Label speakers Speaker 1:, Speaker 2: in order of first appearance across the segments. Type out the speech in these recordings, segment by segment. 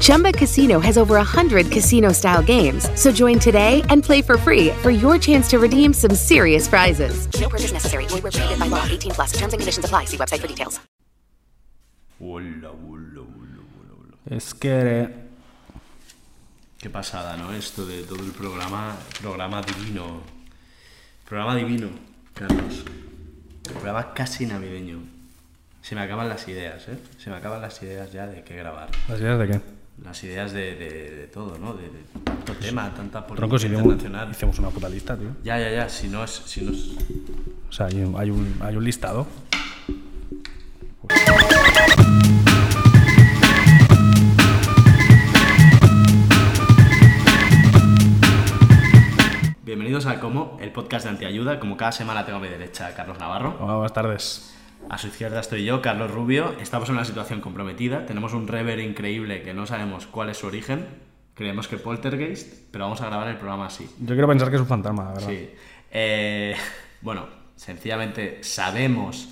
Speaker 1: Chumba Casino has over 100 casino style games. So join today and play for free for your chance to redeem some serious prizes.
Speaker 2: No purchase necessary. Void where prohibited by law. 18 plus. Terms and conditions apply. See website for details.
Speaker 3: Hola, hola, hola, hola, hola.
Speaker 4: Es que.
Speaker 3: Qué pasada, ¿no? Esto de todo el programa, programa divino. Programa divino, Carlos. Programa casi navideño. Se me acaban las ideas, ¿eh? Se me acaban las ideas ya de qué grabar.
Speaker 4: ¿Las ideas de qué?
Speaker 3: Las ideas de, de- de todo, ¿no? De, de tanto tema, tanta política
Speaker 4: Troncos, hicimos,
Speaker 3: internacional.
Speaker 4: hicimos una puta lista, tío.
Speaker 3: Ya, ya, ya. Si no es... Si no es...
Speaker 4: O sea, hay un, hay un, hay un listado.
Speaker 3: Bienvenidos a Como, el podcast de Antiayuda. Como cada semana tengo a mi derecha a Carlos Navarro.
Speaker 4: Hola, buenas tardes.
Speaker 3: A su izquierda estoy yo, Carlos Rubio. Estamos en una situación comprometida. Tenemos un rever increíble que no sabemos cuál es su origen. Creemos que poltergeist, pero vamos a grabar el programa así.
Speaker 4: Yo quiero pensar que es un fantasma, la verdad.
Speaker 3: Sí. Eh, bueno, sencillamente sabemos,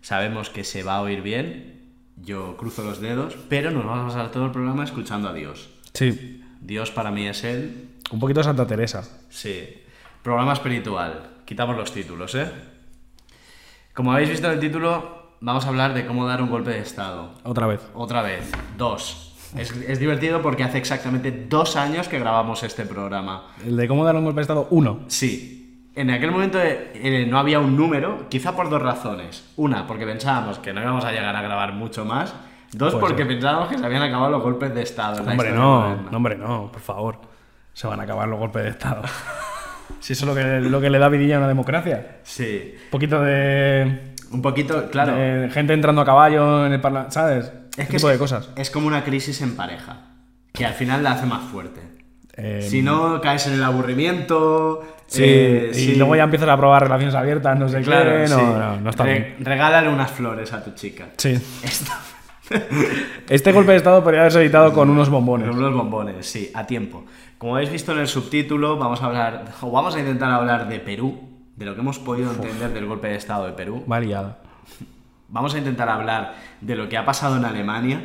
Speaker 3: sabemos que se va a oír bien. Yo cruzo los dedos, pero nos vamos a pasar todo el programa escuchando a Dios.
Speaker 4: Sí.
Speaker 3: Dios para mí es él.
Speaker 4: Un poquito de Santa Teresa.
Speaker 3: Sí. Programa espiritual. Quitamos los títulos, ¿eh? Como habéis visto en el título, vamos a hablar de cómo dar un golpe de estado.
Speaker 4: Otra vez.
Speaker 3: Otra vez, dos. Es, es divertido porque hace exactamente dos años que grabamos este programa.
Speaker 4: El de cómo dar un golpe de estado, uno.
Speaker 3: Sí, en aquel momento eh, eh, no había un número, quizá por dos razones. Una, porque pensábamos que no íbamos a llegar a grabar mucho más. Dos,
Speaker 4: Puede
Speaker 3: porque
Speaker 4: ser.
Speaker 3: pensábamos que se habían acabado los golpes de Estado. en la
Speaker 4: Pues Hombre,
Speaker 3: historia
Speaker 4: no,
Speaker 3: moderna.
Speaker 4: no, hombre, no, por favor. Se van a acabar los golpes de estado. si eso es lo que, lo que le da vidilla a una democracia.
Speaker 3: Sí,
Speaker 4: Un poquito de,
Speaker 3: un poquito, claro.
Speaker 4: de gente entrando a caballo en el parlamento, ¿sabes?
Speaker 3: es
Speaker 4: Eh, Ese
Speaker 3: que
Speaker 4: tipo
Speaker 3: es-
Speaker 4: de cosas.
Speaker 3: Es como una crisis en pareja, que al final la hace más fuerte.
Speaker 4: Eh,
Speaker 3: si no, caes en el aburrimiento.
Speaker 4: Sí,
Speaker 3: eh,
Speaker 4: y
Speaker 3: sí.
Speaker 4: luego ya empiezas a probar relaciones abiertas, no sé qué. No,
Speaker 3: sí.
Speaker 4: no, no está
Speaker 3: Re-
Speaker 4: bien.
Speaker 3: Regálale unas flores a tu chica.
Speaker 4: Sí.
Speaker 3: Esto.
Speaker 4: Este golpe de estado podría haberse evitado con unos bombones.
Speaker 3: Los bombones, sí, a tiempo. Como habéis visto en el subtítulo, vamos a hablar, o vamos a intentar hablar de Perú, de lo que hemos podido entender del golpe de Estado de Perú.
Speaker 4: Va liada.
Speaker 3: Vamos a intentar hablar de lo que ha pasado en Alemania,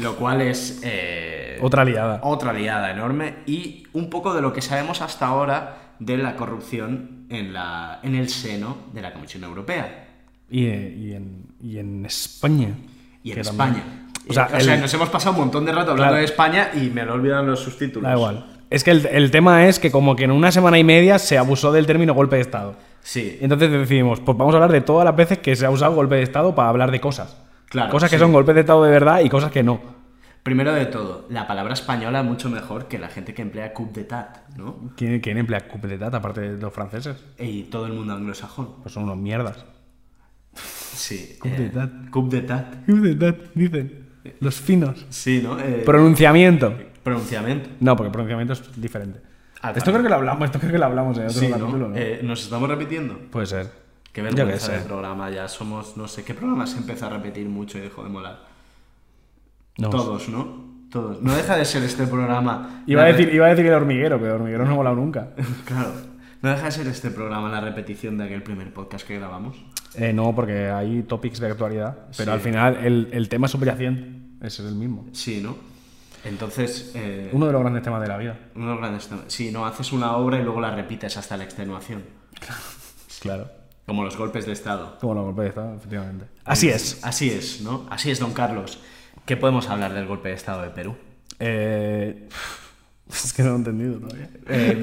Speaker 3: lo cual es eh,
Speaker 4: Otra liada.
Speaker 3: otra liada enorme, y un poco de lo que sabemos hasta ahora de la corrupción en, la, en el seno de la Comisión Europea.
Speaker 4: Y, eh, y en, y en España.
Speaker 3: Y en
Speaker 4: que también-
Speaker 3: España.
Speaker 4: O sea,
Speaker 3: Eh, o sea,
Speaker 4: el-
Speaker 3: nos hemos pasado un montón de rato hablando
Speaker 4: Claro.
Speaker 3: de España y me lo olvidan los subtítulos.
Speaker 4: Da igual. Es que el, el tema es que como que en una semana y media se abusó del término golpe de estado.
Speaker 3: Sí.
Speaker 4: Y entonces decidimos, pues vamos a hablar de todas las veces que se ha usado golpe de estado para hablar de cosas.
Speaker 3: Claro,
Speaker 4: Cosas que
Speaker 3: sí.
Speaker 4: son golpes de estado de verdad y cosas que no.
Speaker 3: Primero de todo, la palabra española es mucho mejor que la gente que emplea coup d'etat, ¿no?
Speaker 4: ¿Quién, quién emplea coupe de data aparte de los franceses?
Speaker 3: Y todo el mundo anglosajón.
Speaker 4: Pues son unos mierdas.
Speaker 3: Sí. eh,
Speaker 4: Coup d'État.
Speaker 3: Coup d'etat.
Speaker 4: Coup de data, dicen. Los finos.
Speaker 3: Sí, ¿no? Eh,
Speaker 4: Pronunciamiento.
Speaker 3: pronunciamiento.
Speaker 4: No, porque pronunciamiento es diferente.
Speaker 3: Ah,
Speaker 4: esto
Speaker 3: vale.
Speaker 4: creo que lo hablamos, esto creo que lo hablamos en otro
Speaker 3: Sí, ¿no?
Speaker 4: capítulo, ¿no?
Speaker 3: Eh, Nos estamos repitiendo.
Speaker 4: Puede ser.
Speaker 3: Qué
Speaker 4: Yo qué
Speaker 3: vergüenza
Speaker 4: sé.
Speaker 3: de programa, ya somos, no sé, ¿qué programa se empezó a repetir mucho y dejó de molar?
Speaker 4: No.
Speaker 3: Todos, ¿no? Todos. No deja de ser este programa.
Speaker 4: Iba a,
Speaker 3: la re-
Speaker 4: decir, iba a decir el hormiguero, pero el hormiguero no ha volado nunca.
Speaker 3: Claro. No deja de ser este programa la repetición de aquel primer podcast que grabamos.
Speaker 4: Eh, no, porque hay topics de actualidad, pero
Speaker 3: Sí.
Speaker 4: al final el, el tema subyacente ese es el mismo.
Speaker 3: Sí, ¿no? Entonces, eh,
Speaker 4: Uno de los grandes temas de la vida.
Speaker 3: uno de los grandes temas. Sí, no, haces una obra y luego la repites hasta la extenuación.
Speaker 4: Claro.
Speaker 3: Como los golpes de Estado.
Speaker 4: Como los golpes de Estado, efectivamente. Así es.
Speaker 3: Así es, ¿no? Así es, don Carlos. ¿Qué podemos hablar del golpe de Estado de Perú?
Speaker 4: Eh, es que no lo he entendido todavía.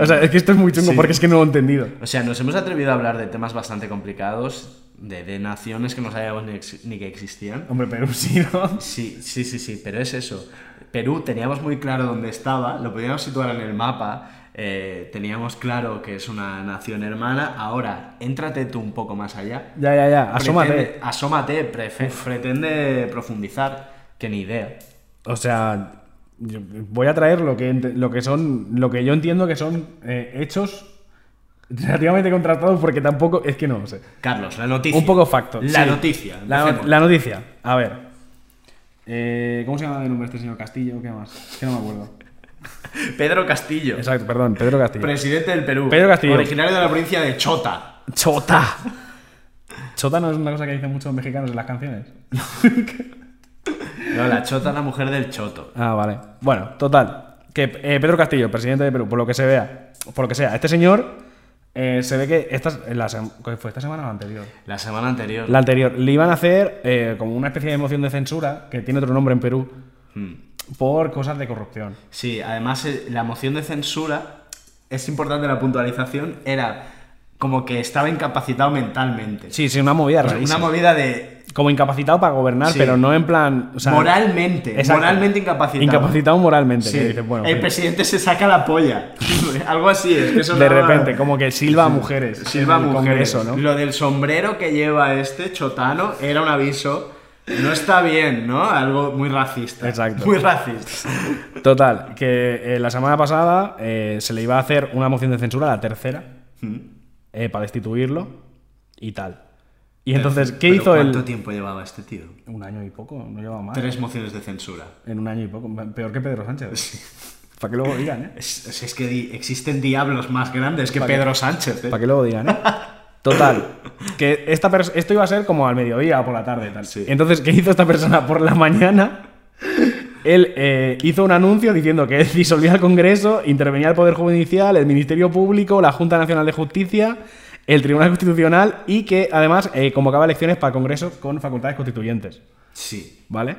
Speaker 4: o sea, es que esto es muy chungo
Speaker 3: Eh, sí.
Speaker 4: porque es que no lo he entendido.
Speaker 3: O sea, nos hemos atrevido a hablar de temas bastante complicados, de, de naciones que no sabíamos ni, ex- ni que existían.
Speaker 4: Hombre, pero sí, ¿no?
Speaker 3: Sí, sí, sí, sí, pero es eso. Perú teníamos muy claro dónde estaba, lo podíamos situar en el mapa, eh, teníamos claro que es una nación hermana. Ahora, éntrate tú un poco más allá.
Speaker 4: Ya, ya, ya. Asómate.
Speaker 3: Pretende, asómate, prefe- pretende profundizar, que ni idea.
Speaker 4: O sea, yo voy a traer lo que, ent- lo que son, lo que yo entiendo que son eh, hechos Relativamente contrastados porque tampoco. Es que no lo sé.
Speaker 3: Carlos, la noticia.
Speaker 4: Un poco facto.
Speaker 3: La
Speaker 4: sí.
Speaker 3: noticia.
Speaker 4: La,
Speaker 3: empecemos.
Speaker 4: la noticia. A ver. Eh, ¿Cómo se llama de nombre este señor Castillo? ¿Qué más? Que no me acuerdo.
Speaker 3: Pedro Castillo.
Speaker 4: Exacto, perdón, Pedro Castillo.
Speaker 3: Presidente del Perú.
Speaker 4: Pedro Castillo.
Speaker 3: Originario de la provincia de Chota.
Speaker 4: Chota. Chota no es una cosa que dicen muchos mexicanos en las canciones.
Speaker 3: No, la Chota es la mujer del Choto.
Speaker 4: Ah, vale. Bueno, total. Que eh, Pedro Castillo, presidente de Perú, por lo que se vea, por lo que sea, este señor eh, se ve que esta, la sem- ¿cuál ¿fue esta semana o la anterior?
Speaker 3: La semana anterior.
Speaker 4: La anterior, le iban a hacer eh, como una especie de moción de censura, que tiene otro nombre en Perú,
Speaker 3: mm,
Speaker 4: por cosas de corrupción.
Speaker 3: Sí, además eh, la moción de censura, es importante la puntualización, era como que estaba incapacitado mentalmente.
Speaker 4: Sí, sí, una movida
Speaker 3: O sea, Una
Speaker 4: rarísima.
Speaker 3: movida de...
Speaker 4: Como incapacitado para gobernar,
Speaker 3: Sí.
Speaker 4: pero no en plan. o sea,
Speaker 3: moralmente.
Speaker 4: exacto.
Speaker 3: Moralmente incapacitado.
Speaker 4: Incapacitado moralmente.
Speaker 3: Sí.
Speaker 4: que dices, bueno,
Speaker 3: el
Speaker 4: mira,
Speaker 3: presidente se saca la polla. Algo así es. que eso
Speaker 4: de
Speaker 3: no-
Speaker 4: repente, como que silba a mujeres.
Speaker 3: Silva
Speaker 4: en el
Speaker 3: Mujeres.
Speaker 4: Congreso, ¿no?
Speaker 3: Lo del sombrero que lleva este chotano era un aviso. No está bien, ¿no? Algo muy racista.
Speaker 4: Exacto.
Speaker 3: Muy racista.
Speaker 4: Total, que eh, la semana pasada eh, se le iba a hacer una moción de censura, la tercera,
Speaker 3: Mm.
Speaker 4: eh, para destituirlo y tal. Y entonces, ¿qué
Speaker 3: Pero
Speaker 4: hizo él?
Speaker 3: ¿Cuánto tiempo llevaba este tío?
Speaker 4: Un año y poco, no llevaba más.
Speaker 3: Tres mociones de censura.
Speaker 4: En un año y poco, peor que Pedro Sánchez. para que luego digan, ¿eh?
Speaker 3: Es, es- es que di- existen diablos más grandes que
Speaker 4: Vale.
Speaker 3: Pedro Sánchez. ¿eh?
Speaker 4: Para que luego digan, ¿eh? Total, que esta pers- esto iba a ser como al mediodía o por la tarde. Tal.
Speaker 3: Sí.
Speaker 4: Entonces, ¿qué hizo esta persona por la mañana? Él eh, hizo un anuncio diciendo que disolvía el Congreso, intervenía el Poder Judicial, el Ministerio Público, la Junta Nacional de Justicia, el Tribunal Constitucional y que además eh, convocaba elecciones para el Congreso con facultades constituyentes.
Speaker 3: Sí.
Speaker 4: ¿Vale?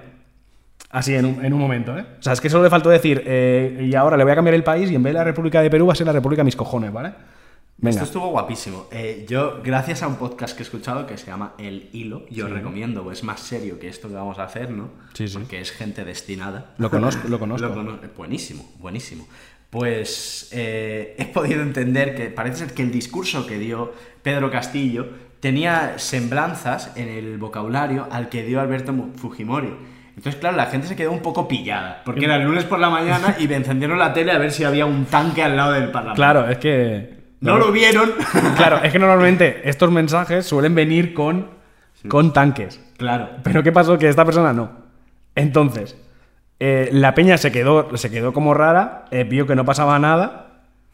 Speaker 4: Así en un, en un momento, ¿eh? O sea, es que solo le faltó decir, eh, y ahora le voy a cambiar el país y en vez de la República de Perú va a ser la República de mis cojones, ¿vale? Venga.
Speaker 3: Esto estuvo guapísimo. Eh, yo, gracias a un podcast que he escuchado que se llama El Hilo, yo os recomiendo, pues, es más serio que esto que vamos a hacer, ¿no?
Speaker 4: Sí, sí.
Speaker 3: Porque es gente destinada.
Speaker 4: Lo conozco, lo conozco.
Speaker 3: cono- buenísimo, buenísimo. Pues eh, he podido entender que parece ser que el discurso que dio Pedro Castillo tenía semblanzas en el vocabulario al que dio Alberto Mu- Fujimori. Entonces, claro, la gente se quedó un poco pillada, porque era el lunes por la mañana y me encendieron la tele a ver si había un tanque al lado del Parlamento.
Speaker 4: Claro, es que.
Speaker 3: No lo vieron.
Speaker 4: Claro, es que normalmente estos mensajes suelen venir con, con tanques.
Speaker 3: Claro.
Speaker 4: Pero ¿qué pasó? Que esta persona no. Entonces, eh, la peña se quedó, se quedó como rara, eh, vio que no pasaba nada.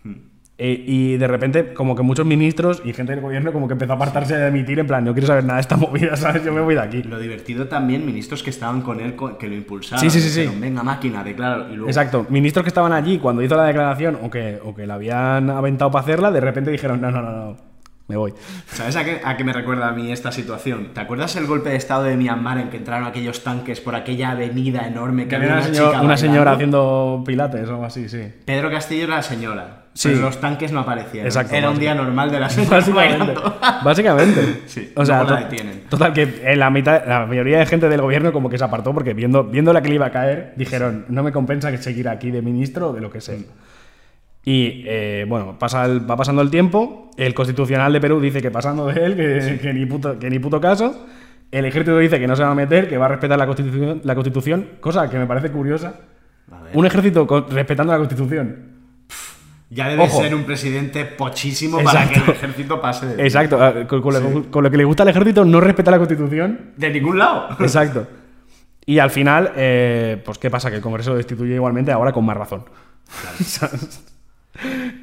Speaker 3: Hmm.
Speaker 4: eh, y de repente, como que muchos ministros y gente del gobierno, como que empezó a apartarse de emitir, en plan, no quiero saber nada de esta movida, ¿sabes? Yo me voy de aquí.
Speaker 3: Lo divertido también, ministros que estaban con él, co- que lo impulsaron.
Speaker 4: Sí, sí, sí,
Speaker 3: dijeron,
Speaker 4: sí.
Speaker 3: Venga, máquina, declaro. Y luego,
Speaker 4: Exacto, ministros que estaban allí cuando hizo la declaración o que, o que la habían aventado para hacerla, de repente dijeron, no, no, no, no, me voy.
Speaker 3: ¿Sabes a qué, a qué me recuerda a mí esta situación? ¿Te acuerdas el golpe de estado de Myanmar en que entraron aquellos tanques por aquella avenida enorme que
Speaker 4: Que había
Speaker 3: había
Speaker 4: una,
Speaker 3: una,
Speaker 4: señor-
Speaker 3: chica
Speaker 4: una señora
Speaker 3: bailando?
Speaker 4: haciendo pilates o algo así, sí.
Speaker 3: Pedro Castillo era la señora.
Speaker 4: Sí.
Speaker 3: Pero los tanques no aparecían.
Speaker 4: Exacto,
Speaker 3: era un día
Speaker 4: básicamente.
Speaker 3: normal de la señora
Speaker 4: Básicamente.
Speaker 3: bailando.
Speaker 4: Básicamente.
Speaker 3: Sí,
Speaker 4: O sea,
Speaker 3: luego la
Speaker 4: to-
Speaker 3: detienen.
Speaker 4: total, que eh, la, mitad, la mayoría de gente del gobierno como que se apartó porque viendo, viendo la que le iba a caer, dijeron, no me compensa que seguir aquí de ministro o de lo que sea. Y eh, bueno, pasa el- va pasando el tiempo, el constitucional de Perú dice que pasando de él, que, que ni, puto, que ni puto caso, el ejército dice que no se va a meter, que va a respetar la constitución, la constitución cosa que me parece curiosa.
Speaker 3: A ver.
Speaker 4: Un ejército co- respetando la constitución.
Speaker 3: Ya debe
Speaker 4: Ojo.
Speaker 3: ser un presidente pochísimo para que
Speaker 4: Exacto.
Speaker 3: el ejército pase de,
Speaker 4: Exacto, ah, con, con lo, con lo que le gusta al ejército no respeta la constitución.
Speaker 3: de ningún lado.
Speaker 4: Exacto. Y al final, eh, pues ¿qué pasa? Que el Congreso lo destituye igualmente ahora con más razón. ¿Sabes?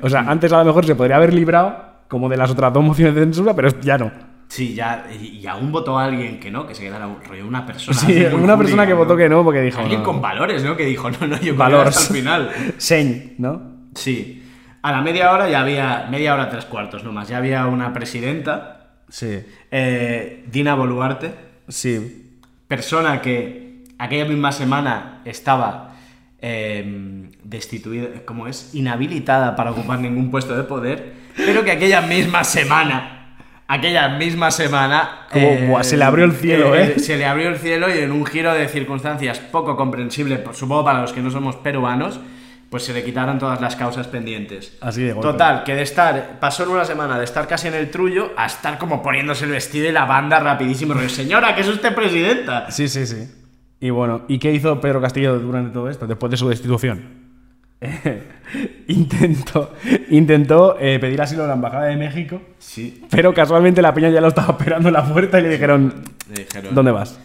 Speaker 4: o sea, antes a lo mejor se podría haber librado como de las otras dos mociones de censura, pero ya no.
Speaker 3: Sí, ya, y y aún votó a alguien que no, que se quedara un- rollo una persona.
Speaker 4: Sí,
Speaker 3: así muy
Speaker 4: una persona
Speaker 3: hooligan,
Speaker 4: que votó que no, porque dijo,
Speaker 3: Alguien
Speaker 4: no.
Speaker 3: con valores, ¿no? Que dijo, no, no, yo valor
Speaker 4: Valores.
Speaker 3: hasta el final.
Speaker 4: Señ, ¿no?
Speaker 3: Sí. A la media hora ya había, media hora tres cuartos nomás, ya había una presidenta,
Speaker 4: Sí.
Speaker 3: eh, Dina Boluarte,
Speaker 4: Sí.
Speaker 3: persona que aquella misma semana estaba eh, destituida, ¿cómo es? Inhabilitada para ocupar ningún puesto de poder, pero que aquella misma semana, aquella misma semana... em,
Speaker 4: Como, Oh, buah, se le abrió el cielo, ¿eh?
Speaker 3: Se le abrió el cielo y en un giro de circunstancias poco comprensible, por- supongo para los que no somos peruanos, pues se le quitaron todas las causas pendientes.
Speaker 4: Así de golpe.
Speaker 3: Total, que de estar, pasó en una semana de estar casi en el trullo a estar como poniéndose el vestido y la banda rapidísimo. rollo, Señora, que es usted presidenta.
Speaker 4: Sí, sí, sí. Y bueno, ¿y qué hizo Pedro Castillo durante todo esto, después de su destitución? intentó intentó eh, pedir asilo a la Embajada de México,
Speaker 3: Sí.
Speaker 4: pero casualmente la peña ya lo estaba esperando en la puerta y le dijeron,
Speaker 3: Le dijeron,
Speaker 4: ¿dónde vas?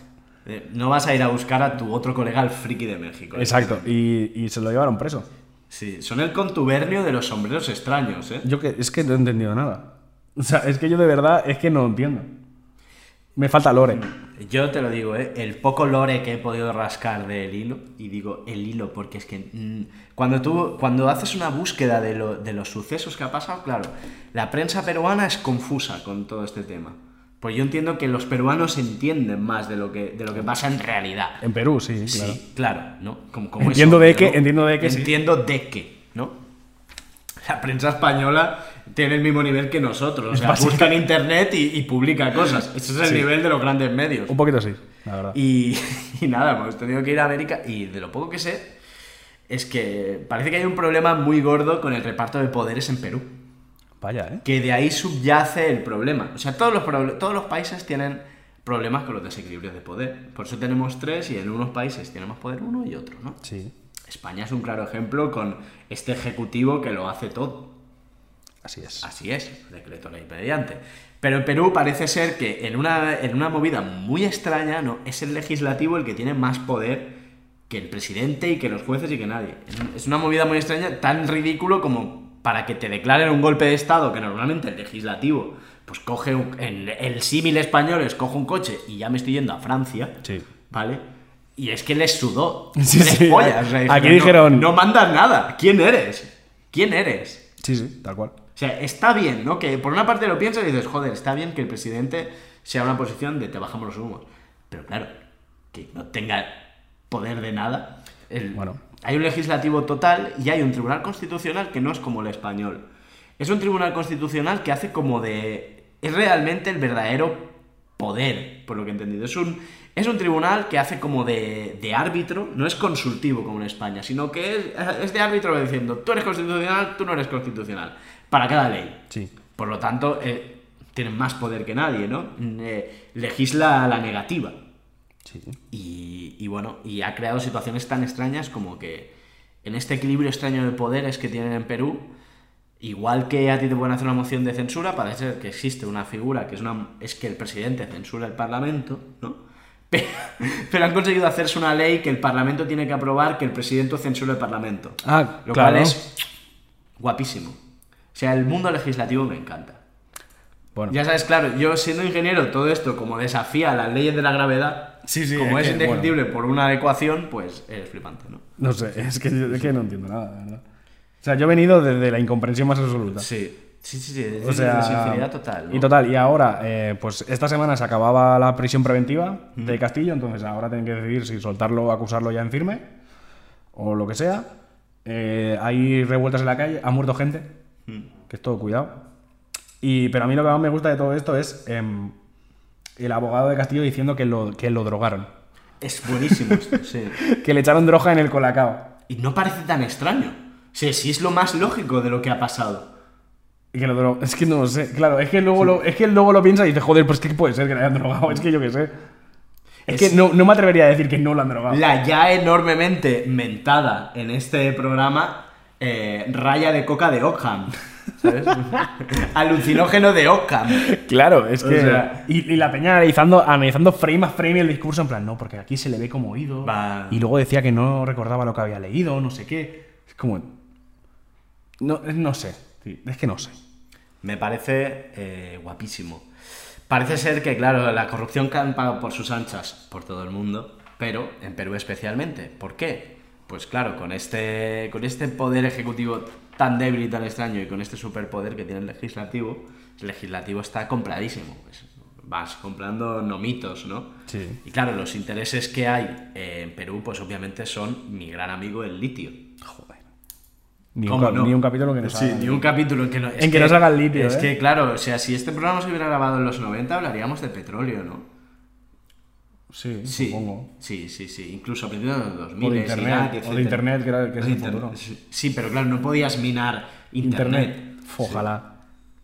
Speaker 3: eh, No vas a ir a buscar a tu otro colega, el friki de México. ¿eh?
Speaker 4: Exacto, y, y se lo llevaron preso.
Speaker 3: Sí, son el contubernio de los sombreros extraños, ¿eh?
Speaker 4: Yo que, es que no he entendido nada. O sea, es que yo de verdad es que no entiendo. Me falta lore.
Speaker 3: Yo te lo digo, ¿eh? el poco lore que he podido rascar del hilo, y digo el hilo porque es que mm, cuando tú cuando haces una búsqueda de, lo- de los sucesos que ha pasado, claro, la prensa peruana es confusa con todo este tema. Pues yo entiendo que los peruanos entienden más de lo que, de lo que pasa en realidad.
Speaker 4: En Perú, sí, claro.
Speaker 3: Sí, claro, ¿no? Como, como
Speaker 4: Entiendo
Speaker 3: eso,
Speaker 4: de qué,
Speaker 3: ¿no?
Speaker 4: entiendo de qué, sí.
Speaker 3: Entiendo de qué, ¿no? La prensa española tiene el mismo nivel que nosotros. O sea,
Speaker 4: básica-
Speaker 3: busca en internet y, y publica cosas. Ese es el nivel de los grandes medios.
Speaker 4: Un poquito sí, la verdad.
Speaker 3: Y, y nada, hemos tenido que ir a América y de lo poco que sé es que parece que hay un problema muy gordo con el reparto de poderes en Perú.
Speaker 4: Vaya, ¿eh?
Speaker 3: Que de ahí subyace el problema. O sea, todos los, proble- todos los países tienen problemas con los desequilibrios de poder. Por eso tenemos tres y en unos países tiene más poder uno y otro, ¿no?
Speaker 4: Sí.
Speaker 3: España es un claro ejemplo con este ejecutivo que lo hace todo.
Speaker 4: Así es.
Speaker 3: Así es, decreto ley mediante. Pero en Perú parece ser que en una, en una movida muy extraña, no, es el legislativo el que tiene más poder que el presidente y que los jueces y que nadie. Es un- Es una movida muy extraña, tan ridículo como para que te declaren un golpe de Estado, que normalmente el legislativo, pues coge un- el, el símil español, es coge un coche y ya me estoy yendo a Francia,
Speaker 4: Sí.
Speaker 3: ¿vale? Y es que les sudó.
Speaker 4: Sí,
Speaker 3: tres
Speaker 4: sí.
Speaker 3: pollas, o sea,
Speaker 4: Aquí
Speaker 3: "No-
Speaker 4: dijeron-
Speaker 3: No, mandas nada, ¿quién eres? ¿Quién eres?
Speaker 4: Sí, sí, tal cual.
Speaker 3: O sea, está bien, ¿no? Que por una parte lo piensas y dices, joder, está bien que el presidente sea una posición de te bajamos los humos. Pero claro, que no tenga poder de nada. El-
Speaker 4: Bueno.
Speaker 3: Hay un legislativo total y hay un tribunal constitucional que no es como el español. Es un tribunal constitucional que hace como de... Es realmente el verdadero poder, por lo que he entendido. Es un, es un tribunal que hace como de, de árbitro, no es consultivo como en España, sino que es, es de árbitro diciendo, tú eres constitucional, tú no eres constitucional, para cada ley.
Speaker 4: Sí.
Speaker 3: Por lo tanto, eh, tienen más poder que nadie, ¿no? Mm, eh, legisla la negativa.
Speaker 4: Sí.
Speaker 3: Y, y bueno, y ha creado situaciones tan extrañas como que en este equilibrio extraño de poderes que tienen en Perú, igual que a ti te pueden hacer una moción de censura, parece que existe una figura que es una es que el presidente censura el Parlamento, ¿no? Pero, pero han conseguido hacerse una ley que el Parlamento tiene que aprobar que el presidente censura el Parlamento.
Speaker 4: Ah,
Speaker 3: lo
Speaker 4: claro.
Speaker 3: cual es guapísimo. O sea, el mundo legislativo me encanta.
Speaker 4: Bueno.
Speaker 3: Ya sabes, claro, yo siendo ingeniero, todo esto como desafía las leyes de la gravedad,
Speaker 4: Sí, sí,
Speaker 3: como
Speaker 4: es
Speaker 3: es,
Speaker 4: que,
Speaker 3: indefectible por una ecuación, pues es flipante, ¿no?
Speaker 4: No sé, es que, es que no entiendo nada, la verdad. O sea, yo he venido desde la incomprensión más absoluta.
Speaker 3: Sí. Sí, sí, sí, es
Speaker 4: O sea,
Speaker 3: de sinceridad total. ¿no?
Speaker 4: Y total, y ahora, eh, pues esta semana se acababa la prisión preventiva de Castillo, entonces ahora tienen que decidir si soltarlo, acusarlo ya en firme, o lo que sea. Eh, hay revueltas en la calle, ha muerto gente, que es todo cuidado. Y, pero a mí lo que más me gusta de todo esto es em, el abogado de Castillo diciendo que lo, que lo drogaron,
Speaker 3: Es buenísimo esto, sí.
Speaker 4: que le echaron droga en el colacao,
Speaker 3: Y no parece tan extraño. O sea, sí es lo más lógico de lo que ha pasado.
Speaker 4: y que lo dro- Es que no lo sé, claro, es que, luego lo, es que luego lo piensa y dice, joder, pues que puede ser que le hayan drogado, es que yo qué sé. Es,
Speaker 3: Es-
Speaker 4: que no, no me atrevería a decir que no lo han drogado.
Speaker 3: La ya enormemente mentada en este programa, eh, raya de coca de Ockham. ¿Sabes? Alucinógeno de Ockham.
Speaker 4: Claro, es que.
Speaker 3: O sea-
Speaker 4: y, y la peña analizando, analizando frame a frame el discurso, en plan, no, porque aquí se le ve como oído.
Speaker 3: Va.
Speaker 4: Y luego decía que no recordaba lo que había leído, no sé qué. Es como. No, no sé. sí, Es que no sé.
Speaker 3: Me parece eh, guapísimo. Parece ser que, claro, la corrupción campa por sus anchas por todo el mundo, pero en Perú especialmente. ¿Por qué? Pues claro, con este, con este poder ejecutivo tan débil y tan extraño y con este superpoder que tiene el legislativo, el legislativo está compradísimo. pues, vas comprando nomitos, ¿no?
Speaker 4: Sí.
Speaker 3: Y claro, los intereses que hay eh, en Perú, pues obviamente son mi gran amigo el litio.
Speaker 4: Joder. Ni, un,
Speaker 3: ¿Cómo
Speaker 4: cap-
Speaker 3: no?
Speaker 4: ni un capítulo que nos
Speaker 3: Sí, ni un capítulo en que no, es
Speaker 4: En que no salga el litio,
Speaker 3: Es
Speaker 4: ¿eh?
Speaker 3: que, claro, o sea, si este programa se hubiera grabado en los 90, hablaríamos de petróleo, ¿no?
Speaker 4: Sí,
Speaker 3: Sí.
Speaker 4: supongo.
Speaker 3: Sí, sí, sí. Incluso a principios de los 2000.
Speaker 4: O de
Speaker 3: Irak,
Speaker 4: internet, o de
Speaker 3: etcétera.
Speaker 4: internet, que, era, que es
Speaker 3: O de
Speaker 4: el
Speaker 3: inter-
Speaker 4: futuro.
Speaker 3: sí, Sí, pero claro, no podías minar internet.
Speaker 4: Internet. Ojalá.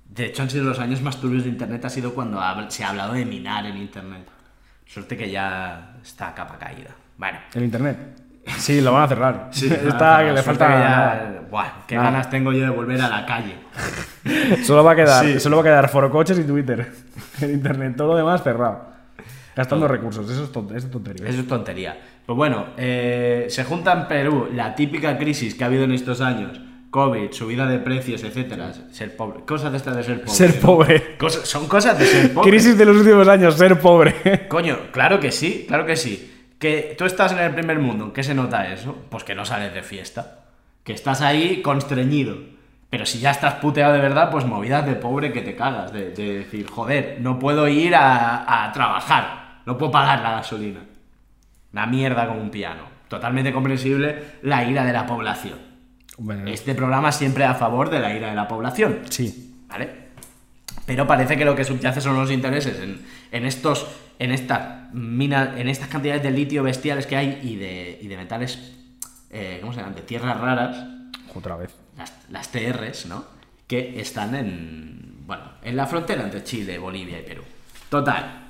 Speaker 3: De hecho, han sido los años más turbios de internet, ha sido cuando hab- se ha hablado de minar en internet. Suerte que ya está a capa caída. Bueno,
Speaker 4: El internet. Sí, lo van a cerrar.
Speaker 3: Sí,
Speaker 4: Está que le
Speaker 3: suerte
Speaker 4: falta.
Speaker 3: que ya-
Speaker 4: nada.
Speaker 3: Buah, qué
Speaker 4: Nada.
Speaker 3: ganas tengo yo de volver a la calle.
Speaker 4: Solo va a quedar,
Speaker 3: Sí.
Speaker 4: solo va a quedar forocoches y Twitter. En internet, todo lo demás cerrado. Gastando recursos, eso es, ton- eso es tontería.
Speaker 3: Eso es tontería. Pues bueno, eh, se junta en Perú la típica crisis que ha habido en estos años. COVID, subida de precios, etcétera. Ser pobre. Cosas de estas de ser pobre.
Speaker 4: Ser
Speaker 3: ¿no?
Speaker 4: pobre.
Speaker 3: Cosas- son cosas de ser pobre.
Speaker 4: Crisis de los últimos años, ser pobre.
Speaker 3: Coño, claro que sí, claro que sí. Que tú estás en el primer mundo, ¿en ¿qué se nota eso? Pues que no sales de fiesta. Que estás ahí constreñido. Pero si ya estás puteado de verdad, pues movidas de pobre que te cagas. De, de decir, joder, no puedo ir a, a trabajar. No puedo pagar la gasolina. Una mierda con un piano. Totalmente comprensible la ira de la población.
Speaker 4: Bueno,
Speaker 3: Este programa siempre a favor de la ira de la población.
Speaker 4: sí.
Speaker 3: ¿Vale? Pero parece que lo que subyace son los intereses en, en estos. en estas minas. en estas cantidades de litio bestiales que hay y de. y de metales. eh, ¿Cómo se llaman? De tierras raras.
Speaker 4: Otra vez.
Speaker 3: Las, las TRs, ¿no? Que están en. Bueno, en la frontera entre Chile, Bolivia y Perú. Total.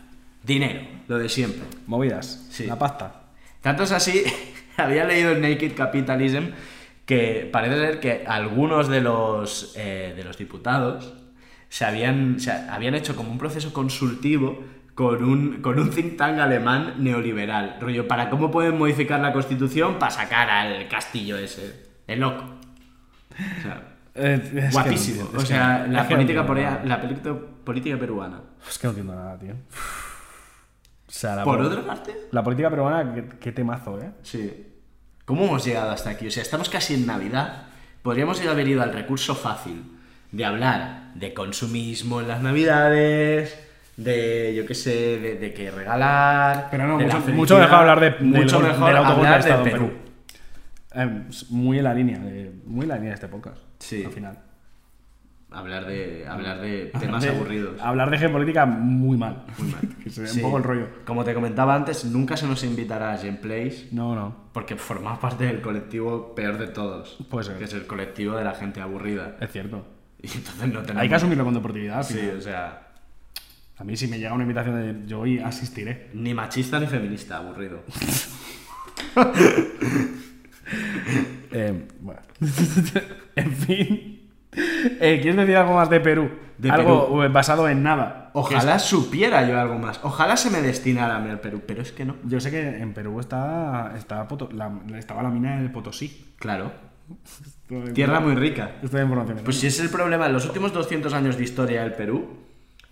Speaker 3: Dinero, lo de siempre.
Speaker 4: Movidas.
Speaker 3: Sí.
Speaker 4: La pasta.
Speaker 3: Tanto es así, había leído en Naked Capitalism que parece ser que algunos de los, eh, de los diputados se habían, se habían hecho como un proceso consultivo con un, con un think tank alemán neoliberal. Rollo, para cómo pueden modificar la constitución para sacar al castillo ese. El loco. O sea,
Speaker 4: Eh, es que no
Speaker 3: guapísimo.
Speaker 4: entiendo,
Speaker 3: o
Speaker 4: es que
Speaker 3: sea,
Speaker 4: no-
Speaker 3: la,
Speaker 4: es que no
Speaker 3: política
Speaker 4: entiendo
Speaker 3: porea-
Speaker 4: nada.
Speaker 3: la pelic- política peruana.
Speaker 4: Es que no entiendo nada, tío. O sea, la
Speaker 3: Por
Speaker 4: pol-
Speaker 3: otra parte,
Speaker 4: La política peruana, qué, qué temazo, ¿eh?
Speaker 3: Sí. ¿Cómo hemos llegado hasta aquí? O sea, estamos casi en Navidad. Podríamos haber ido al recurso fácil de hablar de consumismo en las Navidades, de, yo qué sé, de, de qué regalar.
Speaker 4: Pero no,
Speaker 3: de la
Speaker 4: mucho,
Speaker 3: felicidad.
Speaker 4: mucho mejor hablar de,
Speaker 3: mucho
Speaker 4: del,
Speaker 3: mejor
Speaker 4: del autogolpe
Speaker 3: hablar
Speaker 4: de Estado
Speaker 3: de
Speaker 4: en Perú. Eh, es muy en la línea, de, muy en la línea de este podcast.
Speaker 3: Sí.
Speaker 4: Al final.
Speaker 3: Hablar de, hablar de temas
Speaker 4: De-
Speaker 3: aburridos.
Speaker 4: Hablar de geopolítica muy mal.
Speaker 3: Muy mal.
Speaker 4: que se ve
Speaker 3: Sí.
Speaker 4: un poco el rollo.
Speaker 3: Como te comentaba antes, nunca se nos invitará a Gen Place
Speaker 4: No, no.
Speaker 3: porque formamos parte del colectivo peor de todos.
Speaker 4: Puede ser.
Speaker 3: Que es el colectivo de la gente aburrida.
Speaker 4: Es cierto.
Speaker 3: Y entonces no tenemos.
Speaker 4: Hay que asumirlo con deportividad. al
Speaker 3: Sí,
Speaker 4: final.
Speaker 3: o sea.
Speaker 4: A mí si me llega una invitación de yo hoy asistiré.
Speaker 3: Ni machista ni feminista, aburrido.
Speaker 4: Eh, bueno. en fin. Eh, ¿Quieres decir algo más de Perú?
Speaker 3: De
Speaker 4: algo
Speaker 3: Perú.
Speaker 4: eh, basado en nada.
Speaker 3: Ojalá supiera yo algo más. Ojalá se me destinara a mí al Perú, pero es que no.
Speaker 4: Yo sé que en Perú está, está Poto- la- estaba la mina del Potosí.
Speaker 3: Claro. Tierra muy rica.
Speaker 4: Esta información.
Speaker 3: Pues si ese es el problema, en los últimos 200 años de historia del Perú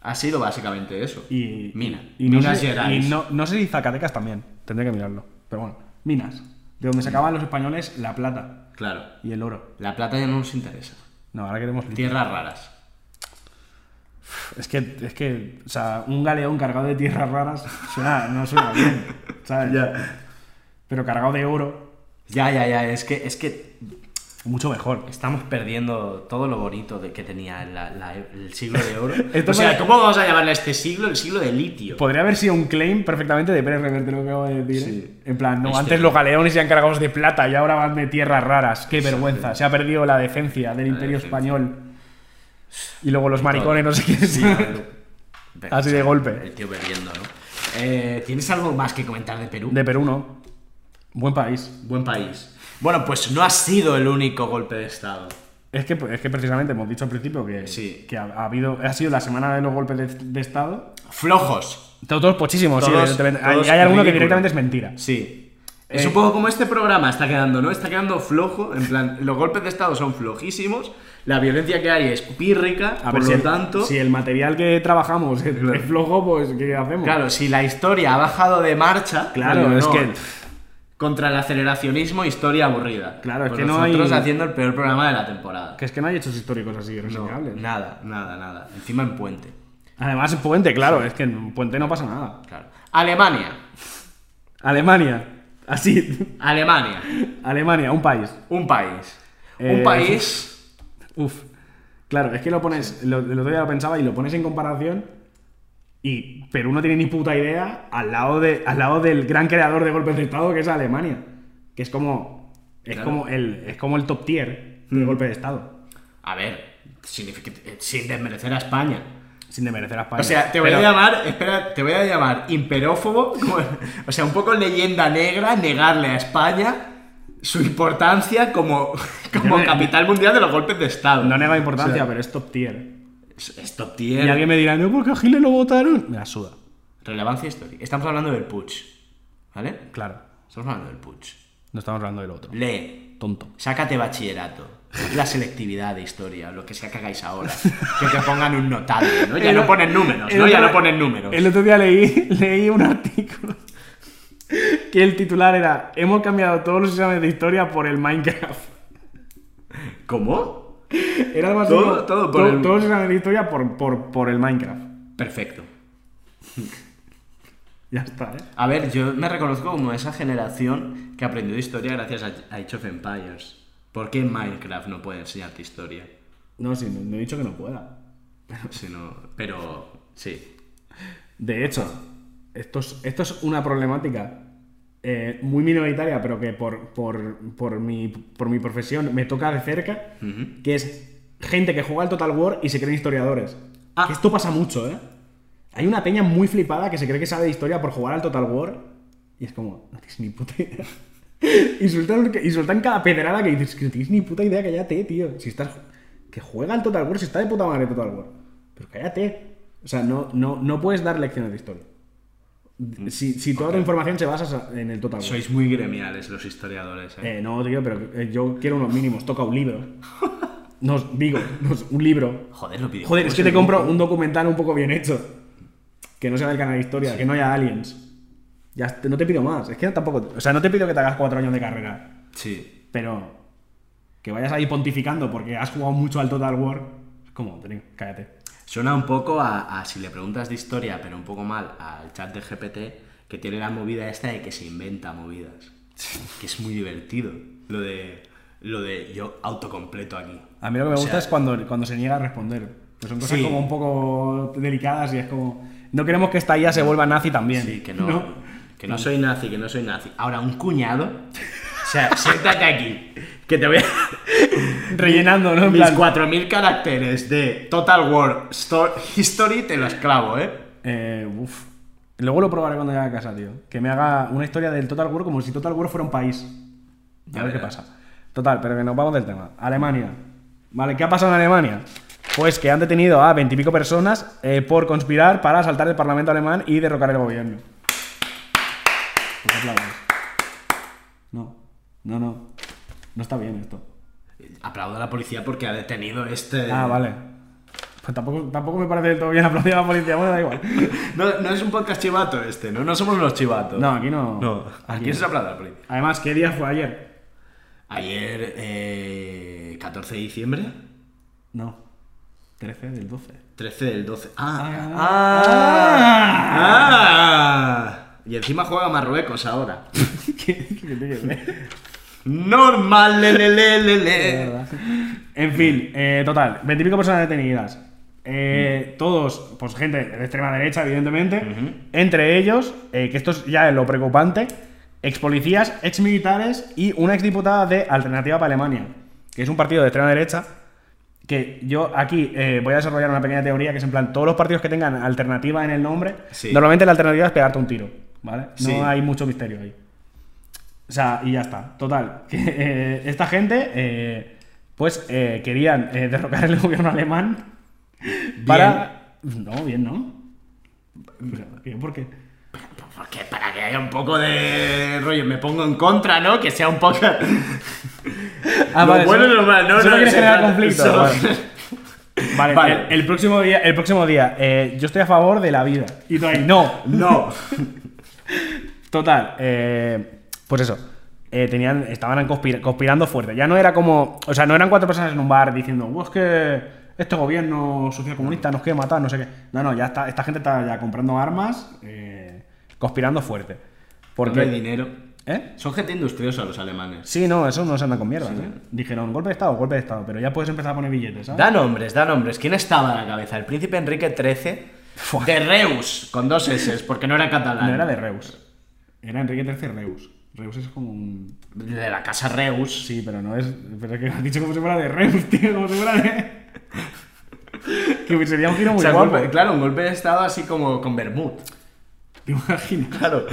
Speaker 3: ha sido básicamente eso.
Speaker 4: y,
Speaker 3: Mina.
Speaker 4: Y, no
Speaker 3: Minas
Speaker 4: sé,
Speaker 3: Gerais.
Speaker 4: y no, no sé si Zacatecas también. Tendré que mirarlo. Pero bueno, minas. De donde sacaban los españoles la plata
Speaker 3: Claro.
Speaker 4: y el oro.
Speaker 3: La plata ya no nos interesa.
Speaker 4: No, ahora queremos...
Speaker 3: Tierras raras.
Speaker 4: Es que, es que, o sea, un galeón cargado de tierras raras suena, no suena bien, ¿sabes? Pero cargado de oro,
Speaker 3: Ya, ya, ya. Es que, es que
Speaker 4: mucho mejor.
Speaker 3: estamos perdiendo todo lo bonito de que tenía la- la- el siglo de oro.
Speaker 4: Esto
Speaker 3: o sea,
Speaker 4: pare-
Speaker 3: ¿cómo vamos a llamarle a este siglo el siglo de litio?
Speaker 4: Podría haber sido un claim perfectamente de Pérez Reverte lo que acabo de decir. ¿eh?
Speaker 3: Sí.
Speaker 4: En plan, no,
Speaker 3: Este-
Speaker 4: antes los galeones eran cargados de plata y ahora van de tierras raras. Qué vergüenza, se ha perdido la decencia del imperio
Speaker 3: decencia.
Speaker 4: español. Y luego los maricones, no sé qué.
Speaker 3: Sí, a ver. Venga,
Speaker 4: Así de
Speaker 3: o sea,
Speaker 4: golpe.
Speaker 3: El tío bebiendo, ¿no? Eh, ¿Tienes algo más que comentar de Perú?
Speaker 4: De Perú, no. Buen país.
Speaker 3: Buen país. Bueno, pues no ha sido el único golpe de Estado.
Speaker 4: Es que, es que precisamente hemos dicho al principio que,
Speaker 3: Sí.
Speaker 4: que ha, ha habido, ha sido la semana de los golpes de- de Estado.
Speaker 3: Flojos.
Speaker 4: Todos, todos pochísimos, sí,
Speaker 3: Todos-
Speaker 4: evidentemente.
Speaker 3: todos
Speaker 4: hay, hay alguno que
Speaker 3: ridículos.
Speaker 4: directamente es mentira.
Speaker 3: Sí.
Speaker 4: Eh.
Speaker 3: Es un poco como este programa está quedando, ¿no? Está quedando flojo. En plan, los golpes de Estado son flojísimos. La violencia que hay es pírrica. por
Speaker 4: si
Speaker 3: lo
Speaker 4: el-
Speaker 3: tanto.
Speaker 4: si el material que trabajamos es, es flojo, pues ¿qué hacemos?
Speaker 3: Claro, si la historia ha bajado de marcha.
Speaker 4: Claro,
Speaker 3: no,
Speaker 4: es
Speaker 3: no.
Speaker 4: que-
Speaker 3: Contra el aceleracionismo, historia aburrida.
Speaker 4: Claro, es
Speaker 3: Pues
Speaker 4: que no hay-
Speaker 3: Nosotros haciendo el peor programa de la temporada.
Speaker 4: Que es que no hay hechos históricos así
Speaker 3: No,
Speaker 4: reseñables.
Speaker 3: nada, nada, nada. Encima en puente.
Speaker 4: Además, en Puente, claro, es que en Puente no pasa nada.
Speaker 3: Claro. Alemania.
Speaker 4: Alemania, así.
Speaker 3: Alemania.
Speaker 4: Alemania, un país.
Speaker 3: Un país.
Speaker 4: Eh,
Speaker 3: Un país.
Speaker 4: Uf. Claro, es que lo pones, lo, el otro día lo pensaba y lo pones en comparación y Perú no tiene ni puta idea al lado, de, al lado del gran creador de golpes de Estado que es Alemania. Que es como, es
Speaker 3: Claro. Mm.
Speaker 4: como, el, es como el top tier de golpe de Estado.
Speaker 3: A ver, significa- eh, sin desmerecer a España.
Speaker 4: Sin demerecer a España.
Speaker 3: O sea, te voy
Speaker 4: Pero-
Speaker 3: a llamar, espera, te voy a llamar imperófobo, como- o sea, un poco leyenda negra, negarle a España su importancia como, como
Speaker 4: no-
Speaker 3: capital mundial de los golpes de Estado.
Speaker 4: No nega importancia,
Speaker 3: O sea,
Speaker 4: pero es top tier.
Speaker 3: es- es top tier.
Speaker 4: Y alguien me dirá, no, porque a Hitler lo votaron. Me la suda.
Speaker 3: Relevancia histórica. Estamos hablando del Putsch. ¿Vale?
Speaker 4: Claro.
Speaker 3: Estamos hablando del Putsch.
Speaker 4: No estamos hablando del otro.
Speaker 3: Lee.
Speaker 4: Tonto.
Speaker 3: Sácate bachillerato. La selectividad de historia, lo que sea que hagáis ahora. Que te pongan un notable, ¿no? Ya
Speaker 4: El-
Speaker 3: no ponen números,
Speaker 4: el
Speaker 3: ¿no? Ya
Speaker 4: otro-
Speaker 3: no ponen números.
Speaker 4: El otro día leí, leí un artículo que el titular era Hemos cambiado todos los exámenes de historia por el Minecraft.
Speaker 3: ¿Cómo?
Speaker 4: Era algo así
Speaker 3: Todo-
Speaker 4: como,
Speaker 3: todo por el-
Speaker 4: Todos los exámenes de historia por, por, por el Minecraft.
Speaker 3: Perfecto.
Speaker 4: Ya está, ¿eh?
Speaker 3: A ver, yo me reconozco como esa generación que aprendió historia gracias a Age of Empires. ¿Por qué Minecraft no puede enseñarte historia?
Speaker 4: No, sí, no, no he dicho que no pueda.
Speaker 3: Si no- pero sí.
Speaker 4: De hecho, esto es, esto es una problemática eh, muy minoritaria, pero que por, por, por mi, por mi profesión me toca de cerca, que es gente que juega al Total War y se creen historiadores.
Speaker 3: Ah.
Speaker 4: Que Esto pasa mucho, ¿eh? Hay una peña muy flipada que se cree que sabe de historia por jugar al Total War y es como, no tienes ni puta idea. Y sueltan, y sueltan cada pedrada que dices, que no tienes ni puta idea, cállate, tío. Si estás. Que juega al Total War, si está de puta madre Total War. Pero cállate. O sea, no, no, no puedes dar lecciones de historia. Si, si toda tu información se basa en el Total War.
Speaker 3: Mm. Sois muy gremiales los historiadores, ¿eh?
Speaker 4: Eh, no, tío, pero eh, yo quiero unos mínimos. Toca un libro. No, digo, no, un libro.
Speaker 3: Joder, lo pido.
Speaker 4: Joder, es que te compro un documental un poco bien hecho. Que no sea del canal de historia, que no haya aliens. Ya, est- no te pido más. Es que tampoco. O sea, no te pido que te hagas cuatro años de carrera.
Speaker 3: Sí.
Speaker 4: Pero que vayas ahí pontificando porque has jugado mucho al Total War. Es como, Trin, cállate.
Speaker 3: Suena un poco a, a si le preguntas de historia, pero un poco mal, al chat de GPT, que tiene la movida esta de que se inventa movidas. Que es muy divertido. Lo de. Lo de yo autocompleto aquí.
Speaker 4: A mí lo que me
Speaker 3: O
Speaker 4: gusta
Speaker 3: sea,
Speaker 4: es cuando, cuando se niega a responder. Pues son cosas
Speaker 3: Sí.
Speaker 4: como un poco delicadas y es como. No queremos que esta IA se vuelva nazi también.
Speaker 3: Sí, que no, Que no soy nazi, que no soy nazi. Ahora, un cuñado. O sea, siéntate aquí. Que te voy a.
Speaker 4: Rellenando, ¿no? En
Speaker 3: Mis
Speaker 4: plan,
Speaker 3: 4000 caracteres de Total War Sto- History te los clavo, ¿eh?
Speaker 4: Eh, uf. Luego lo probaré cuando llegue a casa, tío. Que me haga una historia del Total War como si Total War fuera un país. A ver qué
Speaker 3: verás.
Speaker 4: pasa. Total, pero que nos vamos del tema. Alemania. Vale, ¿qué ha pasado en Alemania? Pues que han detenido a veintipico personas eh, por conspirar para asaltar el Parlamento alemán y derrocar el gobierno. Pues aplausos. No, no, no. No está bien esto.
Speaker 3: Aplaudo a la policía porque ha detenido este.
Speaker 4: Ah, vale. Pues tampoco, tampoco me parece del todo bien aplaudir a la policía. Bueno, da igual.
Speaker 3: No, no es un podcast chivato este, ¿no? No somos los chivatos.
Speaker 4: No, aquí no.
Speaker 3: No,
Speaker 4: Aquí
Speaker 3: aquí es
Speaker 4: no.
Speaker 3: aplaudo a la policía.
Speaker 4: Además, ¿qué día fue ayer?
Speaker 3: Ayer, eh, 14 de diciembre,
Speaker 4: No. 13 del 12.
Speaker 3: 13 del 12. ¡Ah!
Speaker 4: ¡Ah!
Speaker 3: ¡Ah! Y encima juega Marruecos ahora.
Speaker 4: ¿Qué, qué tiene que ¿eh? ver?
Speaker 3: Normal, le, le, le, le,
Speaker 4: De
Speaker 3: le.
Speaker 4: verdad. En fin, eh, total, 20 y pico personas detenidas. Eh, Todos, pues gente de extrema derecha, evidentemente. Entre ellos, eh, que esto es ya lo preocupante, ex policías, ex militares y una ex diputada de Alternativa para Alemania, que es un partido de extrema derecha. Que yo aquí eh, voy a desarrollar una pequeña teoría que es en plan, todos los partidos que tengan alternativa en el nombre,
Speaker 3: Sí.
Speaker 4: normalmente la alternativa es pegarte un tiro, ¿vale? No
Speaker 3: Sí.
Speaker 4: hay mucho misterio ahí. O sea, y ya está. Total. Que, eh, esta gente, eh, pues, eh, querían eh, derrocar el gobierno alemán para... No, bien, ¿no? O sea, Bien, ¿por qué?
Speaker 3: Porque para que haya un poco de rollo, me pongo en contra, ¿no? Que sea un poco.
Speaker 4: Ah,
Speaker 3: lo
Speaker 4: vale,
Speaker 3: bueno
Speaker 4: solo-
Speaker 3: y lo malo, no,
Speaker 4: solo
Speaker 3: no,
Speaker 4: quieres
Speaker 3: se
Speaker 4: generar
Speaker 3: trata-
Speaker 4: conflicto,
Speaker 3: solo-
Speaker 4: vale. Vale,
Speaker 3: Vale.
Speaker 4: El, el próximo día, el próximo día eh, yo estoy a favor de la vida. Y tú ahí, no.
Speaker 3: No.
Speaker 4: Total, eh, pues eso. eh, tenían, estaban conspira- conspirando fuerte. Ya no era como. O sea, no eran cuatro personas en un bar diciendo, "Buah, es que este gobierno socialcomunista nos quiere matar, no sé qué. No, no, ya está. Esta gente está ya comprando armas, eh, conspirando fuerte.
Speaker 3: Porque hay
Speaker 4: Porque.
Speaker 3: dinero.
Speaker 4: ¿Eh?
Speaker 3: Son gente industriosa los alemanes.
Speaker 4: Sí, no, eso no se anda con mierda. Dijeron, golpe de estado, golpe de estado. Pero ya puedes empezar a poner billetes, ¿sabes?
Speaker 3: Da nombres, da nombres. ¿Quién estaba a la cabeza? El príncipe Enrique XIII. De Reus, con dos S, porque no era catalán.
Speaker 4: No era de Reus. Era Enrique III Reus. Reus es como un.
Speaker 3: De la casa Reus.
Speaker 4: Sí, pero no es. Pero es que has dicho como si fuera de Reus, tío, como si fuera de. que sería un giro muy
Speaker 3: O sea,
Speaker 4: guapo.
Speaker 3: golpe- claro, un golpe de estado así como con Bermud.
Speaker 4: ¿Te imaginas?
Speaker 5: Claro.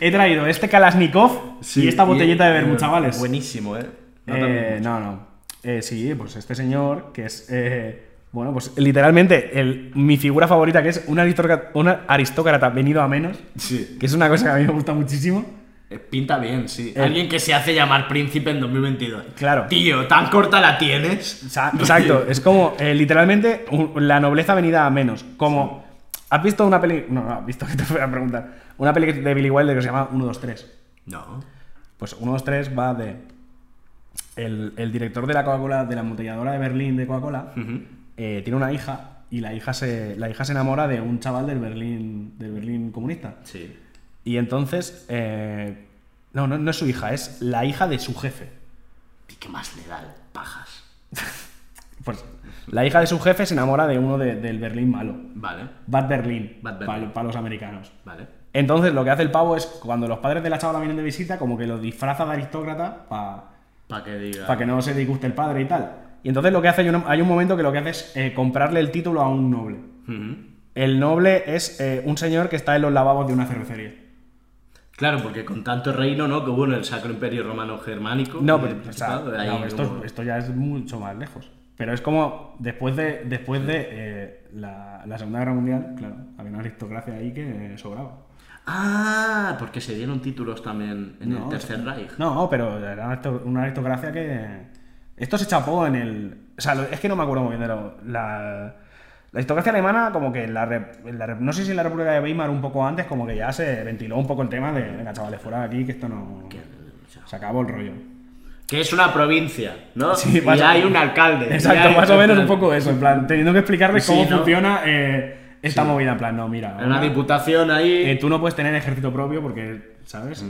Speaker 4: He traído este Kalashnikov
Speaker 5: Sí,
Speaker 4: y esta botellita de
Speaker 5: y-
Speaker 4: vermut, chavales.
Speaker 5: Buenísimo, ¿eh? No
Speaker 4: Eh,
Speaker 5: también.
Speaker 4: no, no. Eh, sí, pues este señor, que es. eh, bueno, pues literalmente el, mi figura favorita, que es un aristócrata, un aristócrata venido a menos,
Speaker 5: Sí.
Speaker 4: que es una cosa que a mí me gusta muchísimo.
Speaker 3: Eh, Pinta bien, sí.
Speaker 4: Eh.
Speaker 3: Alguien que se hace llamar príncipe en 2022.
Speaker 4: Claro.
Speaker 3: Tío, tan corta la tienes.
Speaker 4: Sa- Exacto, es como eh, literalmente un- la nobleza venida a menos. Como, ¿has visto una peli? No, no, has visto que te voy a preguntar. Una peli de Billy Wilder que se llama 1, 2, 3.
Speaker 3: No.
Speaker 4: Pues 1, 2, 3 va de. El, el director de la Coca-Cola, de la embotelladora de Berlín de Coca-Cola, eh, tiene una hija y la hija, se, la hija se enamora de un chaval del Berlín, del Berlín comunista.
Speaker 3: Sí.
Speaker 4: Y entonces. eh, no, no, no es su hija, es la hija de su jefe.
Speaker 3: ¿Y qué más le da el pajas?
Speaker 4: Pues la hija de su jefe se enamora de uno de- del Berlín malo.
Speaker 3: Vale,
Speaker 4: Bad Berlin,
Speaker 3: Bad Berlin.
Speaker 4: para los americanos.
Speaker 3: vale.
Speaker 4: Entonces lo que hace el pavo es, cuando los padres de la chavala vienen de visita, como que lo disfraza de aristócrata para
Speaker 3: Para que diga.
Speaker 4: que no se disguste el padre y tal. Y entonces lo que hace, hay un, hay un momento que lo que hace es eh, comprarle el título a un noble.
Speaker 3: Ujú.
Speaker 4: El noble es eh, un señor que está en los lavabos de una cervecería.
Speaker 3: Claro, porque con tanto reino, ¿no? Que hubo en el Sacro Imperio Romano Germánico.
Speaker 4: No,
Speaker 3: eh,
Speaker 4: pero o sea,
Speaker 3: Principado, ahí
Speaker 4: no, esto,
Speaker 3: como-
Speaker 4: esto ya es pues mucho más lejos. Pero es como después de, después de eh, la, la Segunda Guerra Mundial, claro, había una aristocracia ahí que eh, sobraba.
Speaker 3: Ah, porque se dieron títulos también en
Speaker 4: No,
Speaker 3: el Tercer Reich.
Speaker 4: No, pero era una aristo- una aristocracia que. Esto se chapó en el. O sea, lo- es que no me acuerdo muy bien de lo- la. La aristocracia alemana, como que en la, rep- en la rep- no sé si en la República de Weimar un poco antes, como que ya se ventiló un poco el tema de, venga, chavales, fuera de aquí, que esto no. Se acabó el rollo.
Speaker 3: Que es una provincia, ¿no?
Speaker 4: Sí,
Speaker 3: y
Speaker 4: más o-
Speaker 3: ya hay un alcalde. y ya
Speaker 4: Exacto,
Speaker 3: hay-
Speaker 4: más o menos un poco eso, en plan, teniendo que explicarles
Speaker 3: Sí,
Speaker 4: cómo
Speaker 3: ¿no?
Speaker 4: funciona eh, esta movida, en plan, no, mira.
Speaker 3: En una
Speaker 4: ahora-
Speaker 3: diputación ahí.
Speaker 4: Eh, tú no puedes tener ejército propio porque, ¿sabes?